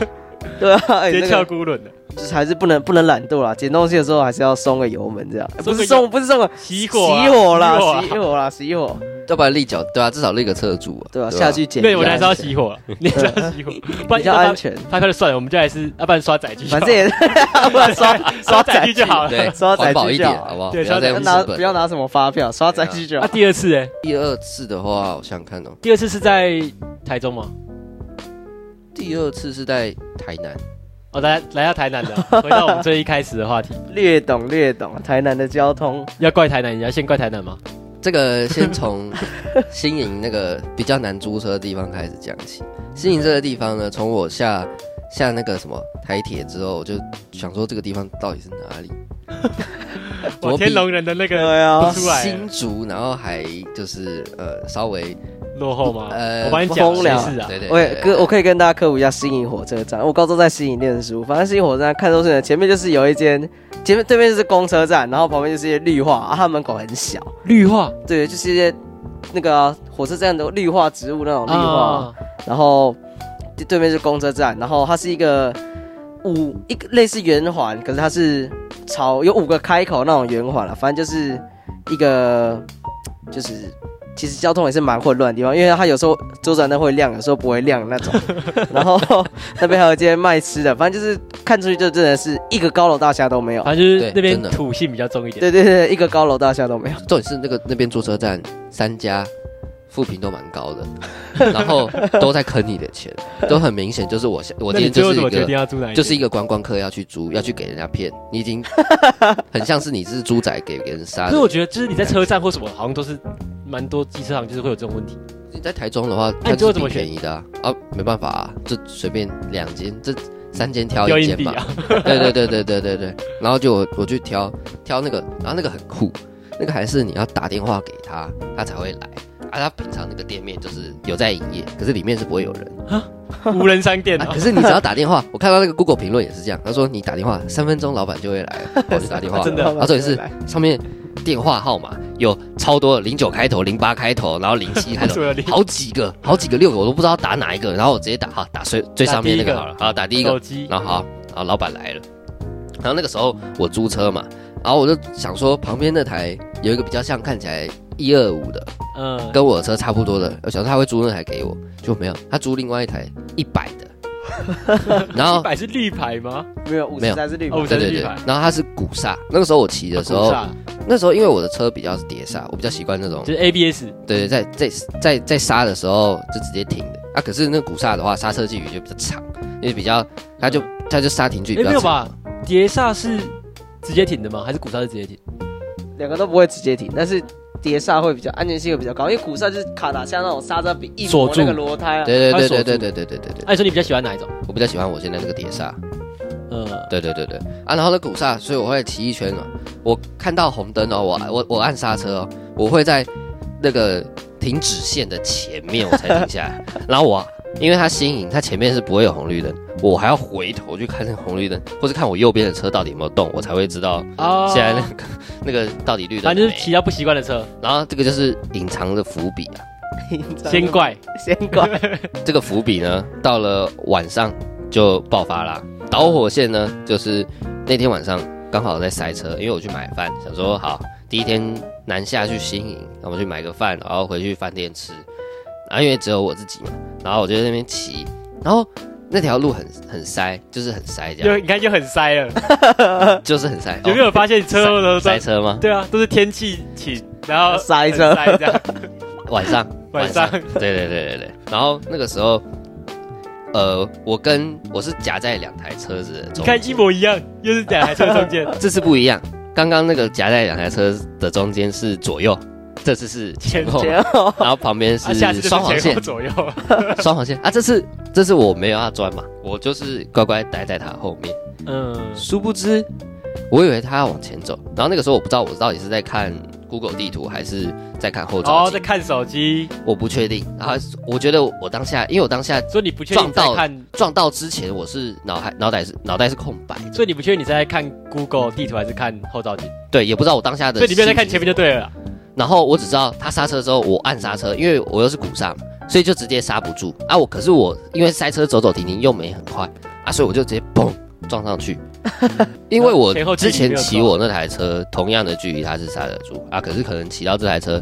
Speaker 3: 对啊，哎、
Speaker 4: 直接
Speaker 3: 那
Speaker 4: 翘
Speaker 3: 个
Speaker 4: 孤轮的，
Speaker 3: 就是还是不能不能懒惰啦，啊捡东西的时候还是要松个油门这样，哎不是
Speaker 4: 松个
Speaker 3: 松不是松个
Speaker 4: 熄火啊
Speaker 3: 熄火
Speaker 4: 熄
Speaker 3: 啦，
Speaker 4: 火啊
Speaker 3: 熄火啦，熄火，
Speaker 5: 要不然立脚对啊，至少立个侧柱啊，
Speaker 3: 对吧、下去捡，
Speaker 4: 对我还是要熄火，你还是要熄火，不然
Speaker 3: 比较安全，
Speaker 4: 拍拍就算了，我们就还是，要不然刷载具就好，
Speaker 3: 反正也不然刷刷
Speaker 4: 刷
Speaker 3: 载
Speaker 4: 载
Speaker 3: 具
Speaker 4: 具就好了。
Speaker 5: 对，环保一点好不好？不要再
Speaker 3: 不要
Speaker 5: 用
Speaker 3: 拿
Speaker 5: 资
Speaker 3: 不
Speaker 5: 本。
Speaker 3: 要拿什么发票，刷载具就
Speaker 4: 啊，
Speaker 3: 好。
Speaker 4: 第二次哎，
Speaker 5: 第二次的话，我想想看哦，
Speaker 4: 第二次是在台中吗？
Speaker 5: 第二次是在台南，
Speaker 4: 哦，来来到台南 的，回到我们最一开始的话题，
Speaker 3: 啊略懂略懂，台南的交通
Speaker 4: 要怪台南，你要先怪台南吗？
Speaker 5: 这个先 从新营那个比较难租车的地方开始讲起。新营这个地方呢，从我下下那个什么台铁之后，我就想说这个地方到底是哪里？怎
Speaker 4: 我
Speaker 5: 么比
Speaker 4: 天龙人的那
Speaker 3: 对
Speaker 5: 呃
Speaker 4: 个
Speaker 3: 啊
Speaker 4: 不，出来
Speaker 5: 新竹，然后还就是呃稍微
Speaker 4: 落后哦吗？
Speaker 5: 呃
Speaker 4: 我帮你讲，
Speaker 3: 风
Speaker 4: 没
Speaker 3: 凉
Speaker 4: 事啊，
Speaker 5: 对对
Speaker 3: 我也
Speaker 5: 对
Speaker 3: 跟我可以跟大家科普一下新营火车站。我高中在新营念书，反正新营火车站看都是人前面就是有一间，前面对面就是公车站，然后旁边就是一些绿化，啊，它门口很小，
Speaker 4: 绿化
Speaker 3: 对，就是一些那个啊、火车站的绿化植物那
Speaker 5: 哦
Speaker 3: 种绿化，
Speaker 4: 啊，
Speaker 3: 然后对对面是公车站，然后它是一个五一个类似圆环，可是它是朝有五个开口那种圆环了，反正就是一个就是。其实交通也是蛮混乱的地方，因为它有时候左转灯会亮，有时候不会亮那种。然后那边还有一间卖吃的，反正就是看出去就真的是一个高楼大厦都没有。
Speaker 4: 反正就是
Speaker 5: 对
Speaker 4: 那边
Speaker 5: 真的
Speaker 4: 土性比较重一点。
Speaker 3: 对对对，一个高楼大厦都没有。
Speaker 5: 重点是那个那边坐车站三家负评都蛮高的，然后都在坑你的钱，都很明显。就是我我
Speaker 4: 那
Speaker 5: 今
Speaker 4: 你
Speaker 5: 天
Speaker 4: 最
Speaker 5: 就
Speaker 4: 后
Speaker 5: 是
Speaker 4: 怎
Speaker 5: 一
Speaker 4: 么决
Speaker 5: 个
Speaker 4: 定啊要住哪里？
Speaker 5: 就是一个观光客要去
Speaker 4: 嗯
Speaker 5: 租，要去给人家骗，你已 经很像是你是猪仔给别人杀
Speaker 4: 可
Speaker 5: 的
Speaker 4: 是。我觉得，就是你在车站或什么，好像都是蛮多机车行，就是会有这种问 题。
Speaker 5: 你在台中的话，
Speaker 4: 那
Speaker 5: 它
Speaker 4: 哎你最后
Speaker 5: 就
Speaker 4: 怎
Speaker 5: 是
Speaker 4: 么
Speaker 5: 挺
Speaker 4: 选
Speaker 5: 便宜的啊，啊没办法啊，就随便两间，这三间挑
Speaker 4: 丢
Speaker 5: 一
Speaker 4: 硬
Speaker 5: 间
Speaker 4: 币
Speaker 5: 吧。
Speaker 4: 啊，
Speaker 5: 对对对对对对对。然后就我我去挑挑那个，然后那个很酷，那个还是你要打电话给他，他才会来。啊，他平常那个店面就是有在营业，可是里面是不会有人。
Speaker 4: 无人商店
Speaker 5: 啊、
Speaker 4: 啊
Speaker 5: 可，是你只要打电话，我看到那个 Google 评论也是这样，他说你打电话三分钟老板就会来了，我就打电话 了，
Speaker 4: 真 的
Speaker 5: 啊，重点是上面电话号码有超多，零九开头、零八开头，然后零七 开
Speaker 4: 为什
Speaker 5: 头
Speaker 4: 么，有零
Speaker 5: 好几个，好几个六个，我都不知道打哪一个，然后我直接打哈，打最最上面那个好了，好打第一 个
Speaker 4: 手，机？
Speaker 5: 然后好，然后老板来了，然后那个时候我租车嘛，然后我就想说旁边那台有一个比较像看起来一二五的，
Speaker 4: 嗯，
Speaker 5: 跟我的车差不多的，我想说他会租那台给我，就没有，他租另外一台一百的， 然
Speaker 4: 一
Speaker 5: 后
Speaker 4: 哎百是绿牌吗？
Speaker 3: 没有五
Speaker 5: 没
Speaker 3: 十
Speaker 5: 有
Speaker 3: 才是绿
Speaker 4: 哦
Speaker 3: 牌
Speaker 4: 53
Speaker 5: 对对对，
Speaker 4: 一百
Speaker 5: 然后他是鼓刹，那个时候我骑的时候，
Speaker 4: 啊
Speaker 5: 那时候因为我的车比较是碟刹，我比较习惯那种
Speaker 4: 就是 ABS，
Speaker 5: 对，在在在在刹的时候就直接停的啊。可是那个鼓刹的话，刹车距离就比较长，因为比较它就它就刹停距
Speaker 4: 哎
Speaker 5: 离比
Speaker 4: 没
Speaker 5: 较
Speaker 4: 有
Speaker 5: 长。
Speaker 4: 吧？碟刹是直接停的吗？还是鼓刹是直接停？
Speaker 3: 两个都不会直接停，但是碟刹会比较安全性会比较高，因为鼓刹就是卡达像那种刹车比一
Speaker 4: 锁
Speaker 3: 磨
Speaker 4: 住
Speaker 3: 那个轮胎啊。
Speaker 5: 对对
Speaker 4: 它是
Speaker 5: 对对
Speaker 4: 手
Speaker 5: 对对对对对对，
Speaker 4: 哎，说你比较喜欢哪一种？
Speaker 5: 我比较喜欢我现在这个碟刹。
Speaker 4: 呃，
Speaker 5: 对对对对啊，然后那鼓刹，所以我会骑一圈嘛。我看到红灯哦，我我我按刹车哦，我会在那个停止线的前面我才停下 来。然后我因为它新颖，它前面是不会有红绿灯，我还要回头去看那个红绿灯，或是看我右边的车到底有没有动，我才会知道
Speaker 4: 哦
Speaker 5: 现在那个那个到底绿灯
Speaker 4: 反
Speaker 5: 没。
Speaker 4: 正就是骑到不习惯的 车，
Speaker 5: 然后这个就是隐藏的伏笔啊。
Speaker 4: 先怪。
Speaker 3: 先怪，
Speaker 5: 这个伏笔呢，到了晚上就爆发啦。导火线呢，就是那天晚上刚好在塞车，因为我去买饭，想说好第一天南下去新营，那我去买个饭，然后回去饭店吃。然后因为只有我自己嘛，然后我就在那边骑，然后那条路很很塞，就是很塞这
Speaker 4: 又
Speaker 5: 样，
Speaker 4: 你看又很塞了，
Speaker 5: 就是很塞。
Speaker 4: 有没有发现车祸
Speaker 5: 哦
Speaker 4: 都在？
Speaker 5: 塞车吗？
Speaker 4: 对啊，都是天气晴，然后
Speaker 3: 塞车
Speaker 4: 很塞这样，
Speaker 5: 晚上，
Speaker 4: 晚上
Speaker 5: 对对对对对。然后那个时候，呃，我跟我是夹在两台车子的
Speaker 4: 你
Speaker 5: 中
Speaker 4: 看一
Speaker 5: 间，
Speaker 4: 模一样，又是两台车中 间，
Speaker 5: 这次不一样。刚刚那个夹在两台车的中间是左右，这次是前后，
Speaker 3: 前后
Speaker 5: 然后旁边
Speaker 4: 啊，下次就
Speaker 5: 是
Speaker 4: 是
Speaker 5: 双黄
Speaker 4: 前
Speaker 5: 线
Speaker 4: 后，左右，
Speaker 5: 双黄线啊。这次这次我没有要钻嘛，我就是乖乖待在他后面。
Speaker 4: 嗯，
Speaker 5: 殊不知，我以为他要往前走，然后那个时候我不知道我到底是在看 Google 地图还是在看后
Speaker 4: 然后
Speaker 5: 照
Speaker 4: 哦在
Speaker 5: 镜，
Speaker 4: 看手机，
Speaker 5: 我不确定。然后我觉得我当下，因为我当下
Speaker 4: 所以你不确定你在
Speaker 5: 撞到
Speaker 4: 看，
Speaker 5: 撞到之前，我是脑海脑袋是脑袋是空白的，
Speaker 4: 所以你不确定你在看 Google 地图还是看后照镜，
Speaker 5: 对，也不知道我当下的。
Speaker 4: 所以你没有在看前面就。对了啦。
Speaker 5: 然后我只知道他刹车之后，我按刹车，因为我又是鼓刹嘛，所以就直接刹不住啊。我可是我因为塞车走走停停又没很快啊，所以我就直接嘣撞上 去。因为我
Speaker 4: 前后距
Speaker 5: 之
Speaker 4: 离没有
Speaker 5: 前骑
Speaker 4: 抓
Speaker 5: 我那台车同样的距离，它是刹得住啊，可是可能骑到这台车，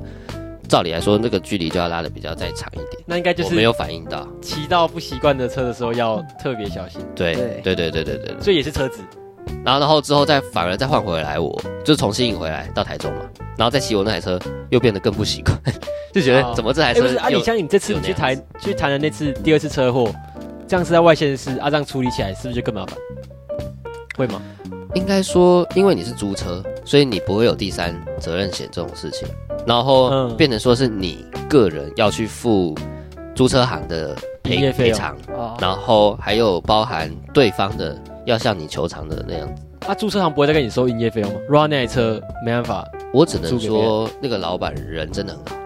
Speaker 5: 照理来说那个距离就要拉的比较再长一点，
Speaker 4: 那应该就
Speaker 5: 我没
Speaker 4: 是
Speaker 5: 有反应到。
Speaker 4: 骑到不习惯的车的时候要特别小心，
Speaker 5: 对
Speaker 3: 对
Speaker 5: 对对对对对对。
Speaker 4: 所以也是车子，
Speaker 5: 然后然后之后再反而再换回来我，就从新营回来到台中嘛，然后再骑我那台车又变得更不习惯， 就觉
Speaker 4: 哦
Speaker 5: 得怎么这台
Speaker 4: 哎、
Speaker 5: 车
Speaker 4: 不是啊，
Speaker 5: 又
Speaker 4: 你像你这次
Speaker 5: 有
Speaker 4: 你去
Speaker 5: 那样
Speaker 4: 台去台南那次第二次车祸，这样是在外县市，啊，这样处理起来是不是就更麻烦？会吗？
Speaker 5: 应该说，因为你是租车，所以你不会有第三责任险这种事情，然后
Speaker 4: 嗯
Speaker 5: 变成说是你个人要去付租车行的
Speaker 4: 营业费
Speaker 5: 赔赔
Speaker 4: 用
Speaker 5: 偿，
Speaker 3: 哦，
Speaker 5: 然后还有包含对方的要向你求偿的那样子。
Speaker 4: 啊，租车行不会再跟你收营业费用吗？如果那台车没办法，
Speaker 5: 我只能
Speaker 4: 租给别人哦
Speaker 5: 说，那个老板人真的很好，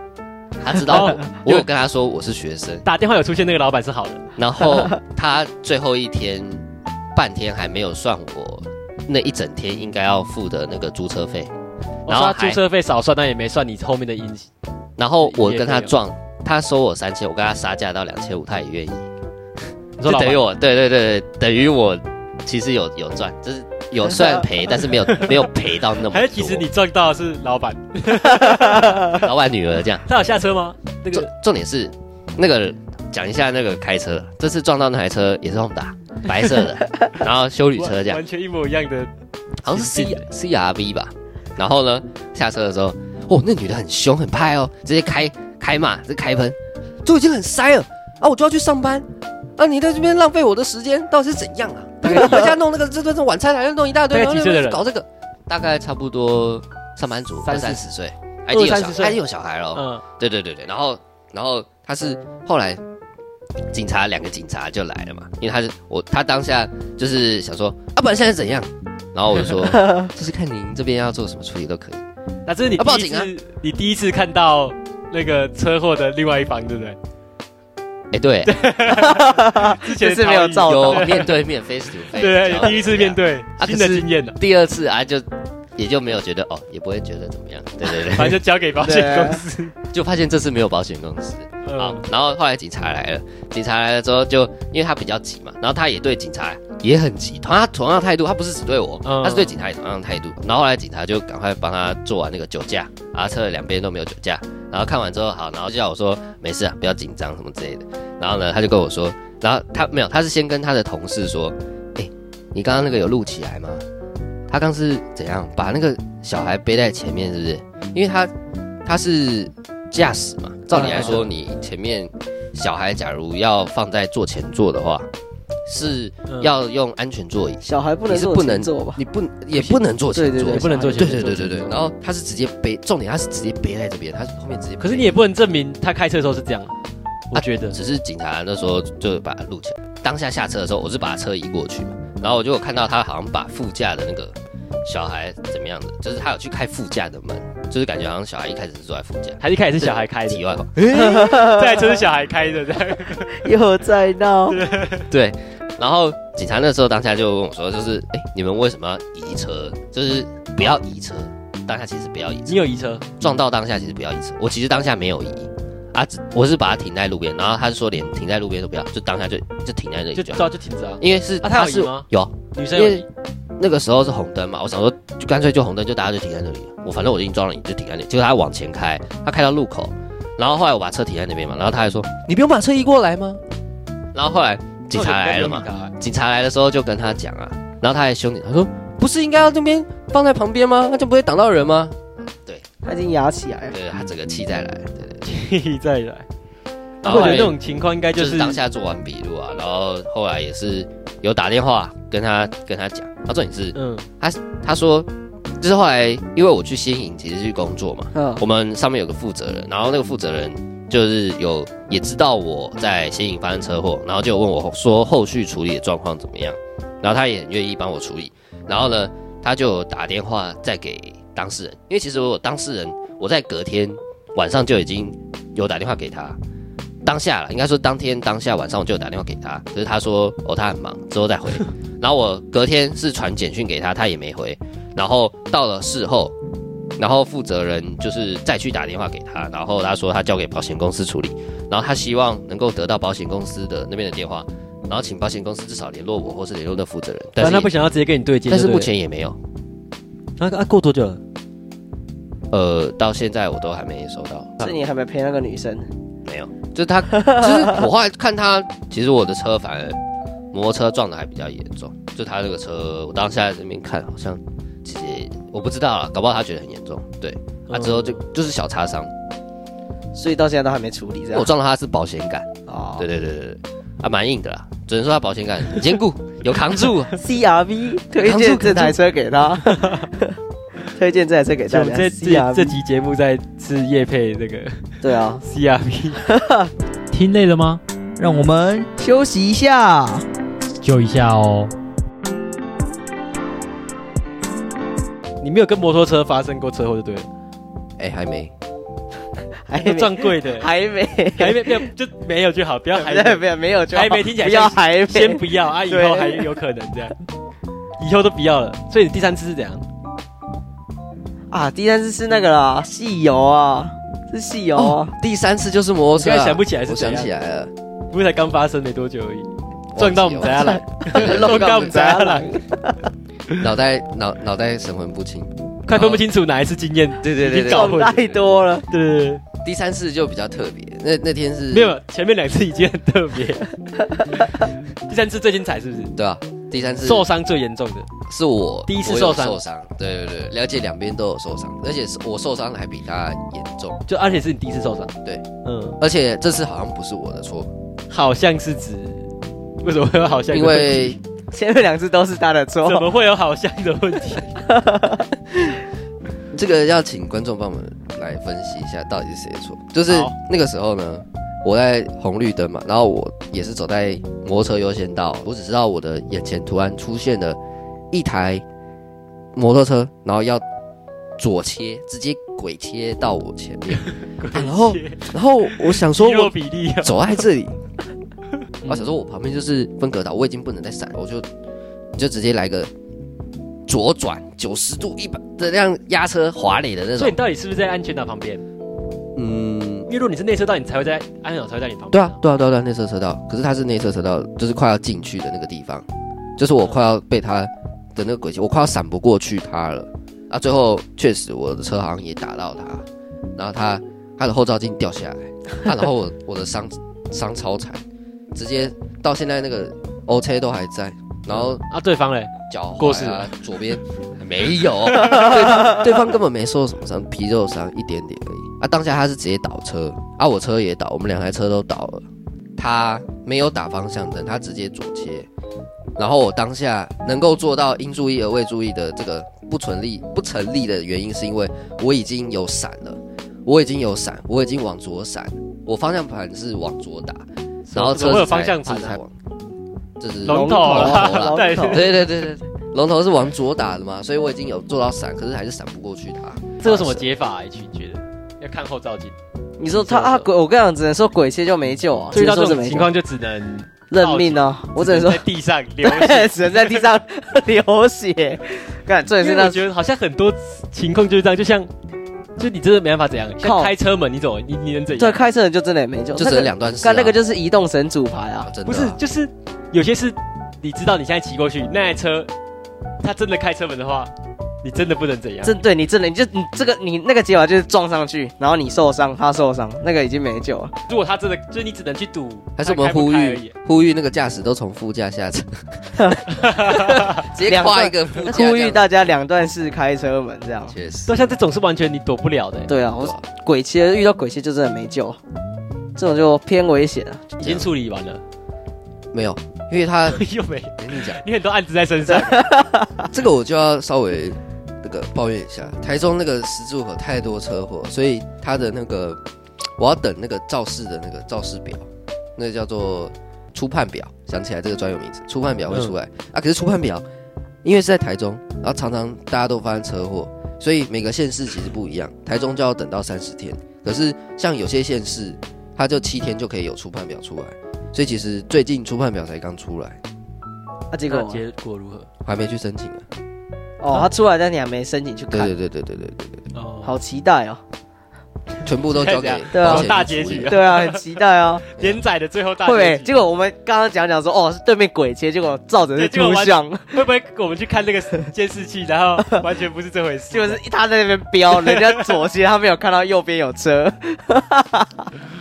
Speaker 5: 他知道 我有跟他说我是学生，
Speaker 4: 打电话有出现那个老板是好的，
Speaker 5: 然后他最后一天半天还没有算我那一整天应该要付的那个租车费。然后
Speaker 4: 我说他租
Speaker 5: 还
Speaker 4: 车费少算，但也没算你后面的因。
Speaker 5: 然后我跟
Speaker 4: 啊
Speaker 5: 他撞，他收我三千，我跟他杀价到两千五，他也愿意。
Speaker 4: 你
Speaker 5: 就
Speaker 4: 说老
Speaker 5: 等
Speaker 4: 板
Speaker 5: 于我，对对对对，等于我其实有有赚，就是有虽然赔，但是 没有没有赔到那么多。
Speaker 4: 还是其实你撞到的是老
Speaker 5: 哦
Speaker 4: 板？
Speaker 5: 老板女儿 这样，
Speaker 4: 他有下车吗？那
Speaker 5: 重
Speaker 4: 个
Speaker 5: 重点是那个讲一下那个开车，这次撞到那台车也是 Honda 白 色的，然后修理车这样
Speaker 4: 完，全一模一样的，
Speaker 5: 好像是 C C R V 吧。然后呢，下车的时候，哦，那女的很凶很派哦，直接开开骂，直接开喷，就已经很塞了啊，我就要去上班啊，你在这边浪费我的时间，到底是怎样啊？ 回家弄那个这顿晚餐还要弄一大堆，
Speaker 4: 大概几岁的人
Speaker 5: 然后搞这个，大概差不多上班族
Speaker 4: 三
Speaker 5: 二
Speaker 4: 十
Speaker 5: 三十岁，他已经有
Speaker 4: 二
Speaker 5: 小
Speaker 4: 三十岁
Speaker 5: 他已经有小孩了哦，
Speaker 4: 嗯，
Speaker 5: 对对对对，然后然后他是后来警察两个警察就来了嘛，因为他是我他当下就是想说啊，不然现在怎样？然后我就说，就是看您这边要做什么处理都可以。
Speaker 4: 那这是你
Speaker 5: 啊
Speaker 4: 第
Speaker 5: 报
Speaker 4: 一
Speaker 5: 警
Speaker 4: 次，
Speaker 5: 啊
Speaker 4: 你第一次看到那个车祸的另外一方，对不对？
Speaker 5: 哎，对，
Speaker 4: 之前
Speaker 3: 这次没有
Speaker 4: 逃
Speaker 3: 照
Speaker 4: 逸
Speaker 5: 有
Speaker 3: 到
Speaker 5: 面对面 face to face，
Speaker 4: 对
Speaker 5: 然后
Speaker 4: 第一次面。对
Speaker 5: 啊
Speaker 4: 新的
Speaker 5: 可是
Speaker 4: 经验呢，
Speaker 5: 第二次啊，就也就没有觉得哦，也不会觉得怎么样。对对对，
Speaker 4: 反正就交给保险公司。
Speaker 5: 就发现这次没有保险公司。啊好
Speaker 4: 嗯，，
Speaker 5: 然后后来警察来了，警察来了之后就，因为他比较急嘛，然后他也对警察也很急，同他同样态度，他不是只对我，
Speaker 4: 嗯
Speaker 5: 他是对警察也同样态度。然后后来警察就赶快帮他做完那个酒驾，然后测了两边都没有酒驾，然后看完之后好，然后就叫我说没事啊，不要紧张什么之类的。然后呢，他就跟我说，然后他没有，他是先跟他的同事说，哎，你刚刚那个有录起来吗？他刚是怎样把那个小孩背在前面，是不是？因为他他是驾驶嘛，照理来说，你前面小孩假如要放在坐前座的话，是
Speaker 4: 嗯
Speaker 5: 要用安全座椅，
Speaker 3: 小孩不
Speaker 5: 你
Speaker 3: 能
Speaker 5: 是
Speaker 3: 坐
Speaker 5: 不
Speaker 3: 前
Speaker 5: 能
Speaker 3: 座吧？
Speaker 5: 你不也不能坐前
Speaker 3: 对对
Speaker 5: 座
Speaker 3: 对，，
Speaker 4: 不能坐前
Speaker 5: 对
Speaker 4: 座
Speaker 5: 对对对对。然后他是直接背，重点他是直接背在这边，他后面直接背。
Speaker 4: 可是你也不能证明他开车的时候是这样，啊我觉得。
Speaker 5: 啊只是警察那时候就把他录起来。当下下车的时候，我是把车移过去嘛，然后我就有看到他好像把副驾的那个小孩怎么样的，就是他有去开副驾的门，就是感觉好像小孩一开始是坐在副驾。
Speaker 4: 还是一开始是小孩开的
Speaker 5: 题，外话，
Speaker 4: 这台车是小孩开的，这样。
Speaker 3: 又在闹，
Speaker 5: 对，然后警察那时候当下就问我说，就是哎、诶你们为什么要移车？就是不要移车，当下其实不要移车。
Speaker 4: 你有移车，
Speaker 5: 撞到当下其实不要移车，我其实当下没有移啊，只我是把它停在路边，然后他是说连停在路边都不要，就当下就就停在那里
Speaker 4: 就
Speaker 5: 就
Speaker 4: 对
Speaker 5: 好，
Speaker 4: 啊，就停着啊。
Speaker 5: 因为是、
Speaker 4: 啊他有移
Speaker 5: 是
Speaker 4: 吗
Speaker 5: 有
Speaker 4: 女生有
Speaker 5: 因
Speaker 4: 移，
Speaker 5: 那个时候是红灯嘛，我想说就干脆就红灯，就大家就停在那里。我反正我已经撞了你，就停在那里。结果他往前开，他开到路口，然后后来我把车停在那边嘛，然后他还说你不用把车移过来吗？然后后来警察来了嘛
Speaker 4: 重点，不要理他
Speaker 5: 警察来的时候就跟他讲啊，然后他还凶你，他说不是应该要那边放在旁边吗？那就不会挡到人吗？
Speaker 3: 他已经压起来了。
Speaker 5: 对，他整个气再来，对对对，
Speaker 4: 欸 再来。
Speaker 5: 然
Speaker 4: 我
Speaker 5: 后
Speaker 4: 觉得
Speaker 5: 来
Speaker 4: 这种情况应该
Speaker 5: 哦就
Speaker 4: 就是是
Speaker 5: 当下做完笔录啊，然后后来也是有打电话跟他跟他讲，他重点是
Speaker 4: 嗯
Speaker 5: 他说就是后来因为我去新营其实去工作嘛，
Speaker 3: 嗯
Speaker 5: 我们上面有个负责人，然后那个负责人就是有也知道我在新营发生车祸，然后就问我说后续处理的状况怎么样，然后他也很愿意帮我处理，然后呢，他就打电话再给当事人，因为其实我当事人我在隔天晚上就已经有打电话给他。当下了，应该说当天当下晚上我就有打电话给他，可是他说哦他很忙，之后 再回。然后我隔天是传简讯给他，他也没回。然后到了事后，然后负责人就是再去打电话给他，然后他说他交给保险公司处理，然后他希望能够得到保险公司的那边的电话，然后请保险公司至少联络我或是联络那负责人，
Speaker 4: 反
Speaker 5: 但是
Speaker 4: 正他不想要直接跟你对接就
Speaker 5: 但
Speaker 4: 对了，
Speaker 5: 是目前也没有，
Speaker 2: 那啊过多久了？
Speaker 5: 呃，到现在我都还没收到，
Speaker 3: 是你还没陪那个女生？
Speaker 5: 没有，就是他，就是我后来看他，其实我的车反而摩托车撞的还比较严重，就他这个车，我当下在那边看，好像其实我不知道啊，搞不好他觉得很严重，对，
Speaker 4: 嗯
Speaker 5: 他、啊之后就就是小擦伤，
Speaker 3: 所以到现在都还没处理，这
Speaker 5: 我
Speaker 3: 样
Speaker 5: 撞到他是保险杆。
Speaker 3: 哦
Speaker 5: 对对对对对，啊，蛮硬的啦，只能说他保险杆很坚固，有扛住。
Speaker 3: ，CRV 推荐这台车 给他，推荐这台车给
Speaker 4: 所以
Speaker 3: 大
Speaker 4: 我
Speaker 3: 家。
Speaker 4: 们这这这
Speaker 3: CRV
Speaker 4: 集节目在是叶配这 个
Speaker 3: 对啊，
Speaker 4: CRP，
Speaker 2: 听累了吗？
Speaker 1: 让我们休息一下。
Speaker 2: 就一下哦。
Speaker 4: 你没有跟摩托车发生过车祸就对了，
Speaker 5: 哎、还没，
Speaker 3: 还
Speaker 4: 就
Speaker 3: 没
Speaker 4: 撞贵的，
Speaker 3: 还没，
Speaker 4: 还没没有就没有就好，不要还
Speaker 3: 没有没有没有就好，
Speaker 4: 还没听起来
Speaker 3: 不要
Speaker 4: 像
Speaker 3: 还没，
Speaker 4: 先不要啊，以后还有可能这样，以后都不要了。所以你第三次是怎样？
Speaker 3: 啊，第三次是那个啦，戏油啊，是戏油啊，
Speaker 5: 第三次就是摩托车、
Speaker 4: 我
Speaker 5: 啊，
Speaker 4: 现在想不起来是
Speaker 5: 我
Speaker 4: 怎样
Speaker 5: 想起来了，
Speaker 4: 不是才刚发生没多久而已， 撞到我们家了，
Speaker 5: 撞
Speaker 4: 到我们家
Speaker 5: 了，
Speaker 4: 了，
Speaker 5: 脑袋脑脑袋神魂不清。
Speaker 4: 快分不清楚哪一次经验。
Speaker 5: 对对
Speaker 4: 已经
Speaker 5: 对
Speaker 4: 搞
Speaker 5: 对，
Speaker 3: 撞
Speaker 4: 混了
Speaker 3: 太多了，
Speaker 4: 对对对，
Speaker 5: 第三次就比较特别，那那天是
Speaker 4: 没，有前面两次已经很特 别，第三次最精彩是不是？
Speaker 5: 对吧、啊第三次
Speaker 4: 受伤最严重的，
Speaker 5: 是我
Speaker 4: 第一次
Speaker 5: 我有
Speaker 4: 受伤
Speaker 5: 受伤，对对对，了解两边都有受伤，而且是我受伤的还比他严重，
Speaker 4: 就而且是你第一次受伤。
Speaker 5: 对，
Speaker 4: 嗯，
Speaker 5: 而且这次好像不是我的错，
Speaker 4: 好像是指为什么会有好像的
Speaker 5: 因
Speaker 4: 问题？
Speaker 5: 为
Speaker 3: 前面两次都是他 的
Speaker 4: 怎
Speaker 3: 错，
Speaker 4: 么会有好像的问 题？
Speaker 5: 这个要请观众帮我们来分析一下，到底是谁的错？就是
Speaker 4: 好
Speaker 5: 那个时候呢，我在红绿灯嘛，然后我也是走在摩托车优先道，我只知道我的眼前突然出现了一台摩托车，然后要左切，直接鬼切到我前面，然后然后我想说
Speaker 4: 肌肉
Speaker 5: 我
Speaker 4: 比例 啊，
Speaker 5: 走在 这里，我想说我旁边就是分隔岛，我已经不能再闪了，我就你就直接来个。左转九十度一百的那样压车滑垒的那
Speaker 4: 所
Speaker 5: 种
Speaker 4: 以你，到底是不是在安全岛旁边？
Speaker 5: 嗯
Speaker 4: 因，为如果你是内车道，你才会在安全岛才会在你旁边。
Speaker 5: 对啊，对啊，对啊，对啊，内侧车道，可是它是内侧车道，就是快要进去的那个地方，就是我快要被它的那个轨迹，我快要闪不过去它了。啊，最后确实我的车好像也打到它，然后它它的后照镜掉下来，啊、然后我我的伤伤超惨，直接到现在那个 O K 都还在，然后
Speaker 4: 啊，对方嘞，
Speaker 5: 脚
Speaker 4: 过
Speaker 5: 踝
Speaker 4: 世
Speaker 5: 啊
Speaker 4: 了
Speaker 5: 左边没有，对方 对方根本没受什么伤，皮肉伤一点点而已。啊，当下他是直接倒车，啊，我车也倒，我们两台车都倒了。他没有打方向灯，他直接左切。然后我当下能够做到应注意而未注意的这个不成立不成立的原因，是因为我已经有闪了，我已经有闪，我已经往左闪，我方向盘是往左打，然后
Speaker 4: 怎
Speaker 5: 车
Speaker 4: 么会
Speaker 5: 子
Speaker 4: 有方
Speaker 5: 才
Speaker 4: 向
Speaker 5: 它
Speaker 4: 盘
Speaker 5: 才
Speaker 4: 啊？
Speaker 5: 往，这是
Speaker 4: 龙头
Speaker 5: 龙头
Speaker 4: 啦
Speaker 5: 啦，
Speaker 4: 对，
Speaker 3: 龙头
Speaker 5: 对对对对，对龙头是往左打的嘛，所以我已经有做到闪，可是还是闪不过去它。
Speaker 4: 这有什么解法啊？一你觉得要看后照镜。
Speaker 3: 你说他啊鬼，我跟你讲，只能说鬼切就没救啊，
Speaker 4: 所以到这
Speaker 3: 只能说
Speaker 4: 种
Speaker 3: 是没
Speaker 4: 情
Speaker 3: 救
Speaker 4: 况就只能
Speaker 3: 认命哦，我只能说
Speaker 4: 在地 上流血。
Speaker 3: 只能在地上 流血，看这也是
Speaker 4: 因为我
Speaker 3: 那
Speaker 4: 觉得好像很多情况就是这样，就像就你真的没办法怎样，像
Speaker 3: 靠
Speaker 4: 开车门你怎么你你能怎
Speaker 3: 对
Speaker 4: 样？
Speaker 3: 开车人就真的也没救，
Speaker 5: 就只能两段式啊、
Speaker 3: 哦看那个就是移动神主牌啊
Speaker 5: 啊，，真的啊
Speaker 4: 不是，就是有些是你知道你现在骑过去那台车，他真的开车门的话，你真的不能怎样。
Speaker 3: 这对你真的，你就你这个你那个解法就是撞上去，然后你受伤，他受伤，那个已经没救了。
Speaker 4: 如果他真的，就是你只能去赌，
Speaker 5: 还是我们
Speaker 4: 他开不
Speaker 5: 呼
Speaker 4: 开而已
Speaker 5: 吁。呼吁那个驾驶都从副驾下车， 直接
Speaker 3: 两段
Speaker 5: 跨一个副驾这样。
Speaker 3: 呼吁大家两段式开车门这样。
Speaker 5: 确实
Speaker 4: 对，，像这种是完全你躲不了的、
Speaker 3: 对啊，我鬼切遇到鬼切就真的没救，这种就偏危险啊了。
Speaker 4: 已经处理完了，
Speaker 5: 没有，因为他
Speaker 4: 又没，
Speaker 5: 跟你讲，
Speaker 4: 你很多案子在身上。
Speaker 5: 这个我就要稍微那个抱怨一下，台中那个十字路口太多车祸，所以他的那个我要等那个肇事的那个肇事表，那个叫做初判表，想起来这个专有名词，初判表会出来、啊。可是初判表因为是在台中，然后常常大家都发生车祸，所以每个县市其实不一样，台中就要等到三十天，可是像有些县市，它就七天就可以有初判表出来，所以其实最近初判表才刚出来，
Speaker 3: 啊，结
Speaker 4: 那
Speaker 3: 果
Speaker 4: 结果如何？
Speaker 5: 我还没去申请啊。
Speaker 3: 哦，他出来，但你还没申请去
Speaker 5: 对
Speaker 3: 看，
Speaker 5: 对对对对对对。
Speaker 4: 哦，
Speaker 3: 好期 待哦。
Speaker 5: 全部都交给
Speaker 3: 对啊
Speaker 5: 保险
Speaker 4: 大
Speaker 5: 去
Speaker 4: 结
Speaker 5: 处理
Speaker 4: 局啊
Speaker 3: 对啊，很期待哦。
Speaker 4: 连载的最后大结
Speaker 3: 会不会？
Speaker 4: 局
Speaker 3: 结，果我们刚刚讲讲说，哦，是对面鬼切，结果照着是
Speaker 4: 对结果
Speaker 3: 图
Speaker 4: 完
Speaker 3: 像，
Speaker 4: 会不会我们去看那个监视器，然后完全不是这回事？
Speaker 3: 结果是他在那边 飙，人家左切，他没有看到右边有车。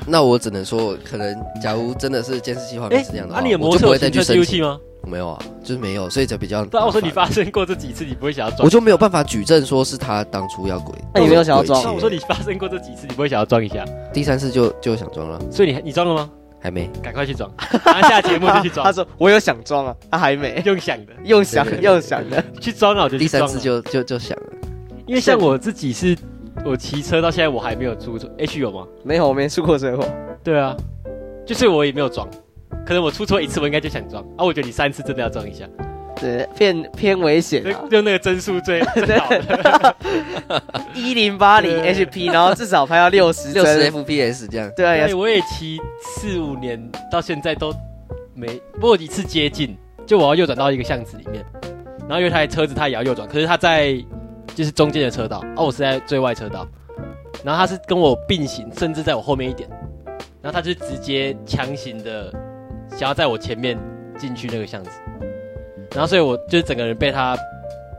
Speaker 5: 那我只能说，可能假如真的是监视器画面是这样的话，
Speaker 4: 啊，你有
Speaker 5: 我
Speaker 4: 摩
Speaker 5: 就不
Speaker 4: 托
Speaker 5: 会
Speaker 4: 车
Speaker 5: 再
Speaker 4: 行
Speaker 5: 去
Speaker 4: 车记
Speaker 5: 申
Speaker 4: 录
Speaker 5: 请
Speaker 4: 器。吗？
Speaker 5: 我没有啊，就是没有，所以才比较。
Speaker 4: 对啊，我说你，发生过这几次，你不会想要
Speaker 5: 我
Speaker 4: 装。
Speaker 5: 就没有办法举证说是他当初要鬼。
Speaker 3: 那你没有想要装
Speaker 4: 那
Speaker 5: 鬼切
Speaker 4: 我说你发生过这几次，你不会想要装一下？
Speaker 5: 第三次就就想装了，
Speaker 4: 所以你你装了吗？
Speaker 5: 还没。
Speaker 4: 赶快去 装，然后下节目就去
Speaker 3: 他
Speaker 4: 装，
Speaker 3: 说我有想装啊，他还没。
Speaker 4: 用想的
Speaker 3: 又想
Speaker 5: 对对对
Speaker 3: 又想的，
Speaker 4: 去装，啊那我就
Speaker 5: 第
Speaker 4: 去
Speaker 5: 三
Speaker 4: 装
Speaker 5: 次
Speaker 4: 了。
Speaker 5: 就就就想了，
Speaker 4: 因为像我自己是，我骑车到现在我还没有出错，H 有吗？
Speaker 3: 没有，我没出过车祸。
Speaker 4: 对啊，就是我也没有装，可能我出错一次，我应该就想装啊。我觉得你三次真的要装一下，
Speaker 3: 对，偏偏危险啊
Speaker 4: 就！用那个帧数 最最好的。
Speaker 3: 一零八零
Speaker 4: 对
Speaker 3: HP，然后至少拍到六十
Speaker 5: 六十
Speaker 3: 帧。
Speaker 5: FPS 这样。
Speaker 3: 对啊
Speaker 4: 对，
Speaker 3: 呀，
Speaker 4: 我也骑四五年到现在都没，不过一次接近，就我要右转到一个巷子里面，然后有一台车子它也要右转，可是它在就是中间的车道，哦，我是在最外车道，然后它是跟我并行，甚至在我后面一点，然后它就直接强行的想要在我前面进去那个巷子，然后所以我就是整个人被他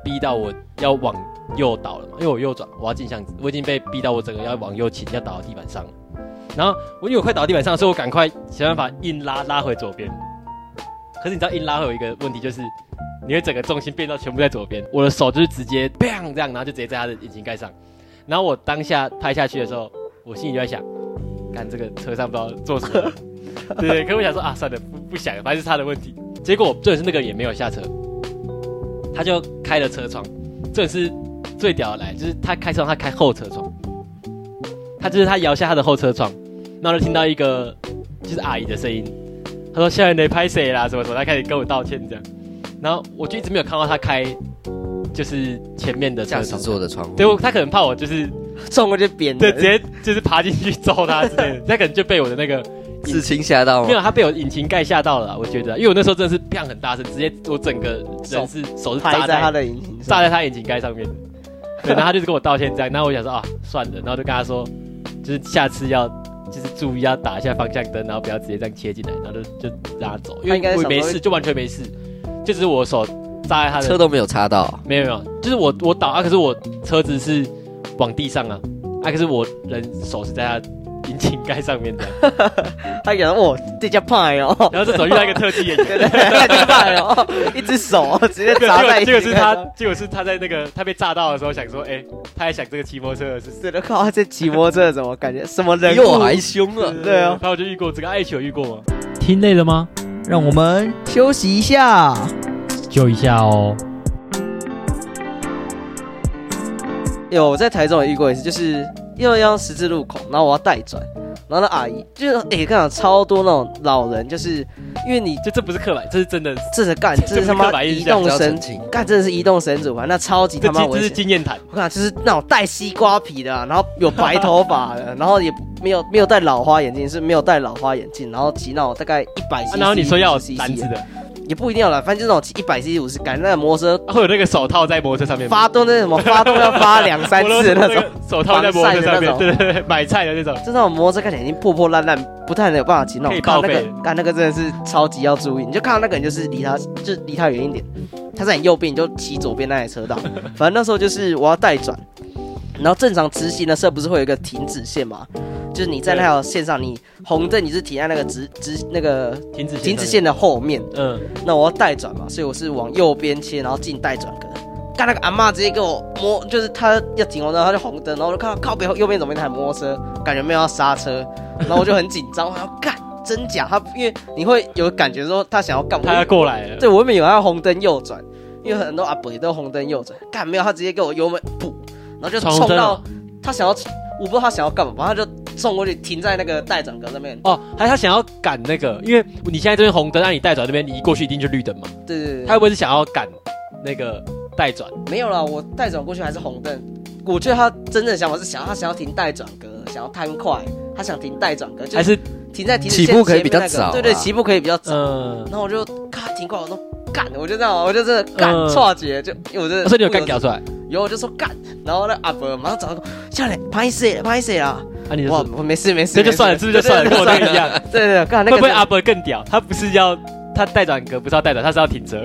Speaker 4: 逼到我要往右倒了嘛，因为我右转我要进巷子，我已经被逼到我整个要往右倾，要倒到地板上了。然后我因为我快倒到地板上，所以我赶快想办法硬拉拉回左边。可是你知道硬拉会有一个问题，就是你会整个重心变到全部在左边，我的手就是直接 bang 这样，然后就直接在他的引擎盖上。然后我当下拍下去的时候，我心里就在想，看这个车上不知道做什 么。对对，可是我想说啊，算了，不不想了，反正是他的问题。结果重点是那个也没有下车，他就开了车窗。重点是最屌的来，就是他开车窗，他开后车窗，他就是他摇下他的后车窗，然后就听到一个就是阿姨的声音，她说下雨没拍谁啦，什么什么，她开始跟我道歉这样，然后我就一直没有看到她开，就是前面的车
Speaker 5: 驾驶
Speaker 4: 窗，
Speaker 5: 座的窗户，
Speaker 4: 对，我她可能怕我就是
Speaker 3: 撞过去扁
Speaker 4: 对
Speaker 3: 的。
Speaker 4: 直接就是爬进去揍她之 类的，她可能就被我的那个
Speaker 5: 自清吓到
Speaker 3: 哦
Speaker 4: 没有，
Speaker 5: 吗？
Speaker 4: 她被我引擎盖吓到了啦，我觉得，因为我那时候真的是砰很大声，直接我整个人是手是
Speaker 3: 拍
Speaker 4: 扎
Speaker 3: 在
Speaker 4: 在
Speaker 3: 他的引擎
Speaker 4: 炸
Speaker 3: 上。
Speaker 4: 在他眼睛盖上面的。对，然后他就是跟我道歉这样，然后我想说啊，算了，然后就跟他说，就是下次要就是注意要打一下方向灯，然后不要直接这样切进来，然后就就让他走，因
Speaker 3: 他应该
Speaker 4: 为我
Speaker 3: 想说
Speaker 4: 没事，就完全没事，就只是我手扎在他的
Speaker 5: 车都没有插到，
Speaker 4: 没有没有，就是我我倒啊，可是我车子是往地上啊，啊可是我人手是在他引擎盖上面的，啊
Speaker 3: 他讲哦，这叫派哦，
Speaker 4: 然后这时候遇到一个特技 演员。
Speaker 3: 对对，这叫派 哦，一只手直接
Speaker 4: 结
Speaker 3: 砸在
Speaker 4: 果结
Speaker 3: 引擎
Speaker 4: 果
Speaker 3: 盖
Speaker 4: 是他
Speaker 3: 上。，
Speaker 4: 结果是他在那个他被炸到的时候，想说，哎、他还想这个骑摩托车的事
Speaker 3: 对的，靠，这骑摩托车的怎么感觉什么人
Speaker 5: 比
Speaker 3: 物
Speaker 5: 我？还凶啊！
Speaker 3: 对啊
Speaker 4: 然后我就遇过这个，爱情有遇过吗？
Speaker 2: 听累了吗？
Speaker 1: 让我们休息一下。
Speaker 2: 就一下哦。
Speaker 3: 有我在台中也遇过一次，就是又要十字路口，然后我要带转，然后那阿姨就是哎，看、欸、超多那种老人，就是因为你
Speaker 4: 就这不是刻板，这是真的，
Speaker 3: 这是干，
Speaker 4: 这
Speaker 3: 这
Speaker 4: 不
Speaker 3: 是
Speaker 4: 是
Speaker 3: 他
Speaker 4: 刻
Speaker 3: 妈
Speaker 4: 板印
Speaker 3: 移
Speaker 4: 象
Speaker 3: 动
Speaker 5: 只要
Speaker 3: 神
Speaker 5: 澄，清，
Speaker 3: 干这是移动神主牌，那超级
Speaker 4: 这
Speaker 3: 他妈
Speaker 4: 经这
Speaker 3: 危
Speaker 4: 是
Speaker 3: 险。啊
Speaker 4: 经验谈。
Speaker 3: 我看就是那种戴西瓜皮的啊、然后有白头 发的，然后也没有没有戴老花眼镜，是没有戴老花眼镜，然后骑那种大概一百 cc，
Speaker 4: 啊然后你说要有
Speaker 3: 150cc
Speaker 4: 篮子的，
Speaker 3: 也不一定要了，反正就那种一百 cc 五十感，那个摩托车
Speaker 4: 啊会有那个手套在摩托车上面吗，
Speaker 3: 发动那什么发动要发两三
Speaker 4: 摩托
Speaker 3: 次
Speaker 4: 车
Speaker 3: 的那种，
Speaker 4: 个手套在摩托车上面，
Speaker 3: 防晒
Speaker 4: 对对对，买菜的那种。
Speaker 3: 就那种摩托车看起来已经破破烂烂，不太能有办法骑那
Speaker 4: 可以
Speaker 3: 种。看到
Speaker 4: 报
Speaker 3: 那
Speaker 4: 废
Speaker 3: 个，看那个真的是超级要注意，你就看到那个人就是离他，就是离他远一点，他在你右边，你就骑左边那台车道。反正那时候就是我要带转，然后正常直行的时候不是会有一个停止线吗？就是你在那条线上，你红灯你是停在那个直直那个
Speaker 4: 停止
Speaker 3: 停止线的后面，
Speaker 4: 嗯，
Speaker 3: 那我要带转嘛，所以我是往右边切，然后进带转格。干那个阿嬷直接给我摸，就是她要停红灯，她就红灯，然后我就看到靠背后右边怎么一台摩托车，感觉没有要刹车，然后我就很紧张，我要干真假？她因为你会有感觉说她想要干嘛？
Speaker 4: 他要过来了，
Speaker 3: 对，我们有要红灯右转，因为很多阿伯也都红灯右转，干没有，他直接给我油门补，然后就
Speaker 4: 闯
Speaker 3: 冲
Speaker 4: 红灯
Speaker 3: 到
Speaker 4: 啊
Speaker 3: 他想要，我不知道他想要干嘛，反正他就冲过去停在那个待转格那边。
Speaker 4: 哦，还他想要赶那个，因为你现在这边红灯，按你带转那边，你一过去一定就绿灯嘛。
Speaker 3: 对对对
Speaker 4: 他会不会是想要赶那个带转？
Speaker 3: 对，没有啦，我待转过去还是红灯。我觉得他真正的想法是想要他想要停待转格，想要贪快，他想停待转格，就
Speaker 4: 还
Speaker 3: 是
Speaker 4: 是
Speaker 3: 停在停止
Speaker 5: 起
Speaker 3: 线
Speaker 5: 步可
Speaker 3: 前
Speaker 5: 以
Speaker 3: 面
Speaker 5: 比较
Speaker 3: 那个
Speaker 5: 早
Speaker 3: 对对，
Speaker 5: 啊
Speaker 3: 起步可以比较早。
Speaker 4: 嗯，
Speaker 3: 然后我就咔停过来，我说干，我就这样，我就真的干
Speaker 4: 嗯
Speaker 3: 错觉，就因为我真的
Speaker 4: 哦所以你有
Speaker 3: 不能
Speaker 4: 干掉出来？
Speaker 3: 然后我就说干，然后那阿伯马上找到我，下来拍谁拍谁啦！
Speaker 4: 啊，你就
Speaker 3: 哇，
Speaker 4: 说
Speaker 3: 我没事没事，
Speaker 4: 这就算了，是不是就算了？跟我那个一样，
Speaker 3: 对对对，干那
Speaker 4: 会
Speaker 3: 个
Speaker 4: 不会阿伯更屌？他不是要他带转格，不是要带转，他是要停车，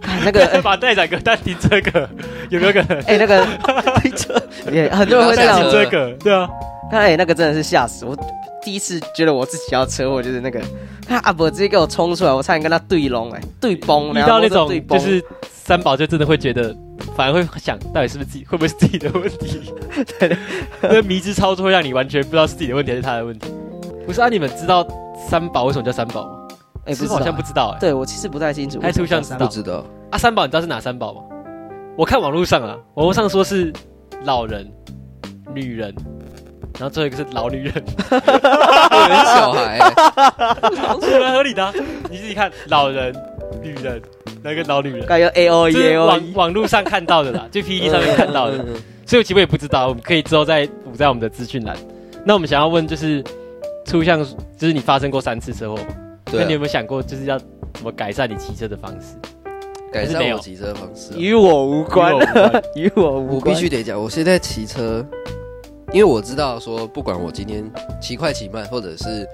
Speaker 3: 干那个
Speaker 4: 把带转格当停车格，有没有可能？
Speaker 3: 哎 那个也很多人会这样
Speaker 5: 不
Speaker 4: 停
Speaker 5: 要下，车
Speaker 4: 车格，对啊，
Speaker 3: 看哎那个真的是吓死我，第一次觉得我自己要车祸就是那个，看阿伯直接给我冲出来，我差点跟他对龙哎对崩，
Speaker 4: 遇到那
Speaker 3: 然后我
Speaker 4: 种
Speaker 3: 对
Speaker 4: 就
Speaker 3: 崩
Speaker 4: 是三宝，就真的会觉得，反而会想到底是不是自己，会不会是自己的问题？那迷之操作会让你完全不知道是自己的问题还是他的问题。不是啊，你们知道三宝为什么叫三宝吗？
Speaker 3: 哎
Speaker 4: 师
Speaker 3: 不
Speaker 4: 傅
Speaker 3: 是
Speaker 4: 好像不知道哎、
Speaker 3: 对我其实不太清楚，
Speaker 4: 还是互相知
Speaker 5: 不
Speaker 4: 道
Speaker 5: 知道，
Speaker 4: 啊，三宝你知道是哪三宝吗？我看网络上啊，网络上说是老人、女人，然后最后一个是老女人，
Speaker 5: 有人小孩欸，
Speaker 4: 是蛮合理的啊、你自己看，老人、女人，那个老女人，
Speaker 3: 该要 A O
Speaker 4: 这
Speaker 3: E A
Speaker 4: 是
Speaker 3: O
Speaker 4: 网网络上看到的啦，就 PPT 上面看到的。
Speaker 5: 嗯，嗯嗯
Speaker 4: 所以其实我也不知道，我们可以之后再补在我们的资讯栏。那我们想要问就是，抽象就是你发生过三次车祸吗，那你
Speaker 5: 对
Speaker 4: 有
Speaker 5: 啊，
Speaker 4: 没有想过就是要怎么改善你骑车的方式？
Speaker 5: 改
Speaker 4: 还是没
Speaker 5: 善
Speaker 4: 有
Speaker 5: 我骑车的方式啊。
Speaker 3: 与我无
Speaker 4: 与
Speaker 3: 关
Speaker 4: 我无关
Speaker 3: 与我无
Speaker 5: 我
Speaker 3: 关
Speaker 5: 必，须得讲，我现在骑车，因为我知道说，不管我今天骑快骑慢，或者是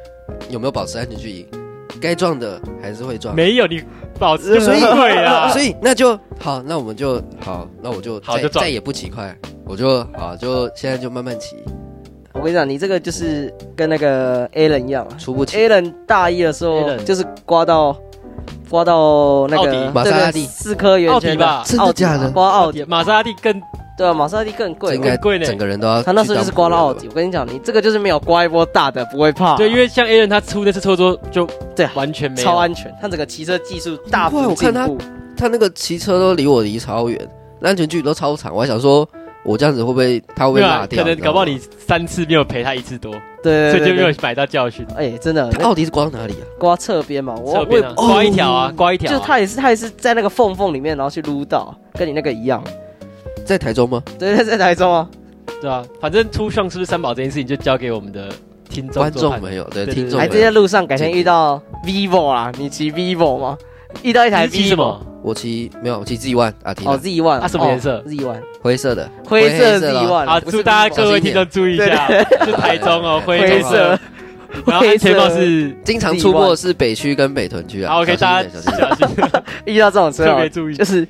Speaker 5: 有没有保持安全距离，该撞的还是会撞。
Speaker 4: 没有，你保 持
Speaker 5: 所以
Speaker 4: 对啊，
Speaker 5: 所以那就好，那我们就好，那我就
Speaker 4: 好
Speaker 5: 再
Speaker 4: 就撞哎
Speaker 5: 再也不骑快，我就好，就现在就慢慢骑，
Speaker 3: 我跟你讲，你这个就是跟那个 A 人一样啊。
Speaker 5: 出不骑。
Speaker 3: a l a n 大一的时候
Speaker 4: Alan
Speaker 3: 就是刮到刮到那
Speaker 4: 奥
Speaker 3: 个
Speaker 4: 迪
Speaker 5: 玛莎
Speaker 3: 对对
Speaker 5: 拉蒂
Speaker 3: 四颗圆圈的
Speaker 4: 奥迪吧
Speaker 5: 真的
Speaker 3: 奥迪吧
Speaker 5: 假的
Speaker 3: 刮奥迪，
Speaker 4: 玛莎拉蒂更
Speaker 3: 对啊，玛莎拉蒂更
Speaker 5: 这
Speaker 3: 贵
Speaker 5: 应。该
Speaker 4: 很贵呢
Speaker 5: 整个人都要去
Speaker 3: 他
Speaker 5: 当仆
Speaker 3: 那时
Speaker 5: 人了吧。
Speaker 3: 候就是刮到奥迪，我跟你讲，你这个就是没有刮一波大的，不会怕。
Speaker 4: 对，因为像 A 人他出那次车祸就
Speaker 3: 啊对啊
Speaker 4: 完全没有
Speaker 3: 超安全，他整个骑车技术大幅
Speaker 5: 哇我
Speaker 3: 进
Speaker 5: 看他
Speaker 3: 步。
Speaker 5: 他那个骑车都离我离超远，那安全距离都超长，我还想说，我这样子会不会他会不
Speaker 4: 没
Speaker 5: 会
Speaker 4: 有
Speaker 5: 落
Speaker 4: 啊，
Speaker 5: 掉？
Speaker 4: 可能
Speaker 5: 知道
Speaker 4: 搞不好
Speaker 5: 吗
Speaker 4: 你三次没有赔他一次多，
Speaker 3: 对
Speaker 4: 所以
Speaker 3: 对
Speaker 4: 就
Speaker 3: 对
Speaker 4: 没有
Speaker 3: 对，
Speaker 4: 买到教训。
Speaker 3: 哎，真的
Speaker 5: 他奥迪是刮到哪里啊？
Speaker 3: 刮侧边嘛，
Speaker 4: 哦
Speaker 3: 我
Speaker 4: 侧
Speaker 3: 我也
Speaker 4: 边啊，刮一条啊，刮一条
Speaker 3: 就
Speaker 4: 啊，
Speaker 3: 是他也是他也是在那个缝缝里面，然后去撸到，跟你那个一样。
Speaker 5: 在台中吗？
Speaker 3: 对，在在台中啊，
Speaker 4: 对啊，反正出上是不是三宝这件事情就交给我们的听众
Speaker 5: 观
Speaker 4: 做判
Speaker 5: 众
Speaker 4: 断。
Speaker 5: 朋友，对
Speaker 4: 对
Speaker 5: 听众
Speaker 3: 还
Speaker 5: 朋
Speaker 3: 直接
Speaker 5: 友，
Speaker 3: 路上改天遇到 vivo 啊，你骑 vivo 吗？遇到一台
Speaker 4: 你骑什
Speaker 3: vivo
Speaker 4: 么？
Speaker 5: 我骑没有，我骑 Z One 啊，听
Speaker 3: 哦
Speaker 5: 了
Speaker 3: ，Z One，
Speaker 4: 啊什么颜色
Speaker 3: ？Z One，
Speaker 5: 灰色的，
Speaker 3: 灰色
Speaker 5: 灰
Speaker 3: Z
Speaker 5: 色的
Speaker 3: One。
Speaker 4: 好，
Speaker 3: 不
Speaker 4: 祝
Speaker 3: 是啊
Speaker 4: 大家
Speaker 5: 小
Speaker 4: 各位
Speaker 5: 心一
Speaker 4: 听
Speaker 5: 点
Speaker 4: 众注意一下，是台中哦，
Speaker 5: 对
Speaker 4: 灰
Speaker 3: 灰色
Speaker 4: 色，，然后安全帽是
Speaker 5: 经常出没是北区跟北屯区啊。
Speaker 4: 好，OK，
Speaker 5: 小
Speaker 4: 大
Speaker 5: 心
Speaker 4: 家
Speaker 5: 一点小心一
Speaker 4: 小心，
Speaker 3: 遇到这种车
Speaker 4: 特
Speaker 3: 哦
Speaker 4: 别，注意
Speaker 3: 就。是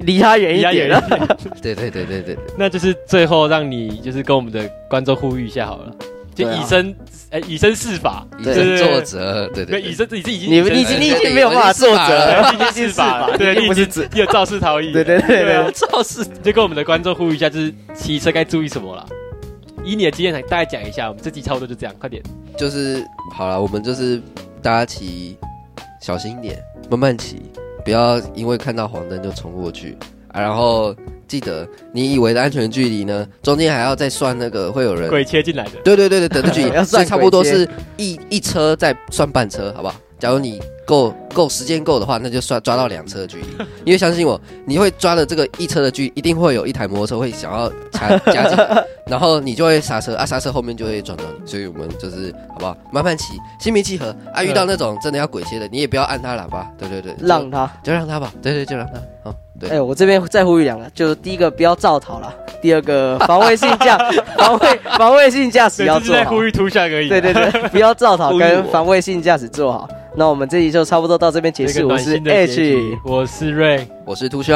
Speaker 3: 离他远一
Speaker 4: 离他远
Speaker 3: 点啊
Speaker 4: 一
Speaker 3: 了。
Speaker 4: 点
Speaker 5: 点对对对对对，对
Speaker 4: 那就是最后让你就是跟我们的观众呼吁一下好了，就
Speaker 3: 对啊
Speaker 4: 以身呃以身试法，
Speaker 5: 以
Speaker 3: 对
Speaker 5: 身作则，对
Speaker 4: 对，
Speaker 5: 对
Speaker 4: 以
Speaker 5: 对，
Speaker 4: 身你自己已经
Speaker 3: 你
Speaker 4: 以身
Speaker 3: 你已
Speaker 4: 试
Speaker 3: 经
Speaker 4: 法
Speaker 3: 你已
Speaker 5: 对
Speaker 3: 经没有办法作
Speaker 5: 对
Speaker 3: 者，
Speaker 4: 对你已经试法了，对，
Speaker 3: 你
Speaker 4: 你
Speaker 3: 不
Speaker 4: 已
Speaker 3: 是
Speaker 4: 经
Speaker 3: 指，
Speaker 4: 你有肇事逃逸了，
Speaker 3: 对对对对
Speaker 4: 对啊
Speaker 3: 对，肇事。
Speaker 4: 就跟我们的观众呼吁一下，就是骑车该注意什么啦。以你的经验，大概讲一下，我们这集差不多就这样，快点。
Speaker 5: 就是好了，我们就是大家骑小心一点，慢慢骑，不要因为看到黄灯就冲过去啊。然后记得你以为的安全距离呢，中间还要再算那个会有人。
Speaker 4: 鬼切进来的，
Speaker 5: 对对对对，等的距
Speaker 3: 要
Speaker 5: 离，
Speaker 3: 算
Speaker 5: 所以差不多
Speaker 3: 鬼街
Speaker 5: 是一一车再算半车，好不好？假如你够够时间够的话，那就算抓到两车的距离，因为相信我，你会抓的这个一车的距离，一定会有一台摩托车会想要加加进来，然后你就会刹车啊，刹车后面就会撞到你，所以我们就是好不好？慢慢骑，心平气和啊，遇到那种真的要鬼切的，你也不要按他喇叭，对对对，就
Speaker 3: 让他。
Speaker 5: 就让他吧，对对就让他，好，对
Speaker 3: 哎，我这边再呼吁两个，就是第一个不要造逃了，第二个防卫性 驾防卫防卫性驾驶
Speaker 4: 对，
Speaker 3: 要
Speaker 4: 这是
Speaker 3: 做
Speaker 4: 在
Speaker 3: 好
Speaker 4: 呼。吁图像而已。
Speaker 3: 对对对，不要造逃
Speaker 4: 啊 呼吁
Speaker 3: 跟
Speaker 4: 我
Speaker 3: 防卫性驾驶做好。那我们这集就差不多到这边结
Speaker 4: 这个
Speaker 3: 束。我
Speaker 4: 暖
Speaker 3: 是
Speaker 4: 心的结
Speaker 3: H，
Speaker 4: 局我是瑞，
Speaker 5: 我是图炫，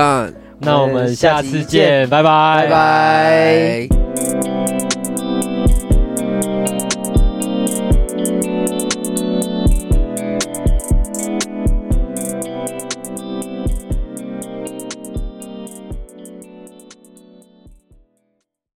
Speaker 4: 那我们下
Speaker 3: 下
Speaker 4: 次
Speaker 3: 集见
Speaker 4: 见，拜拜
Speaker 3: 拜拜。
Speaker 5: 拜。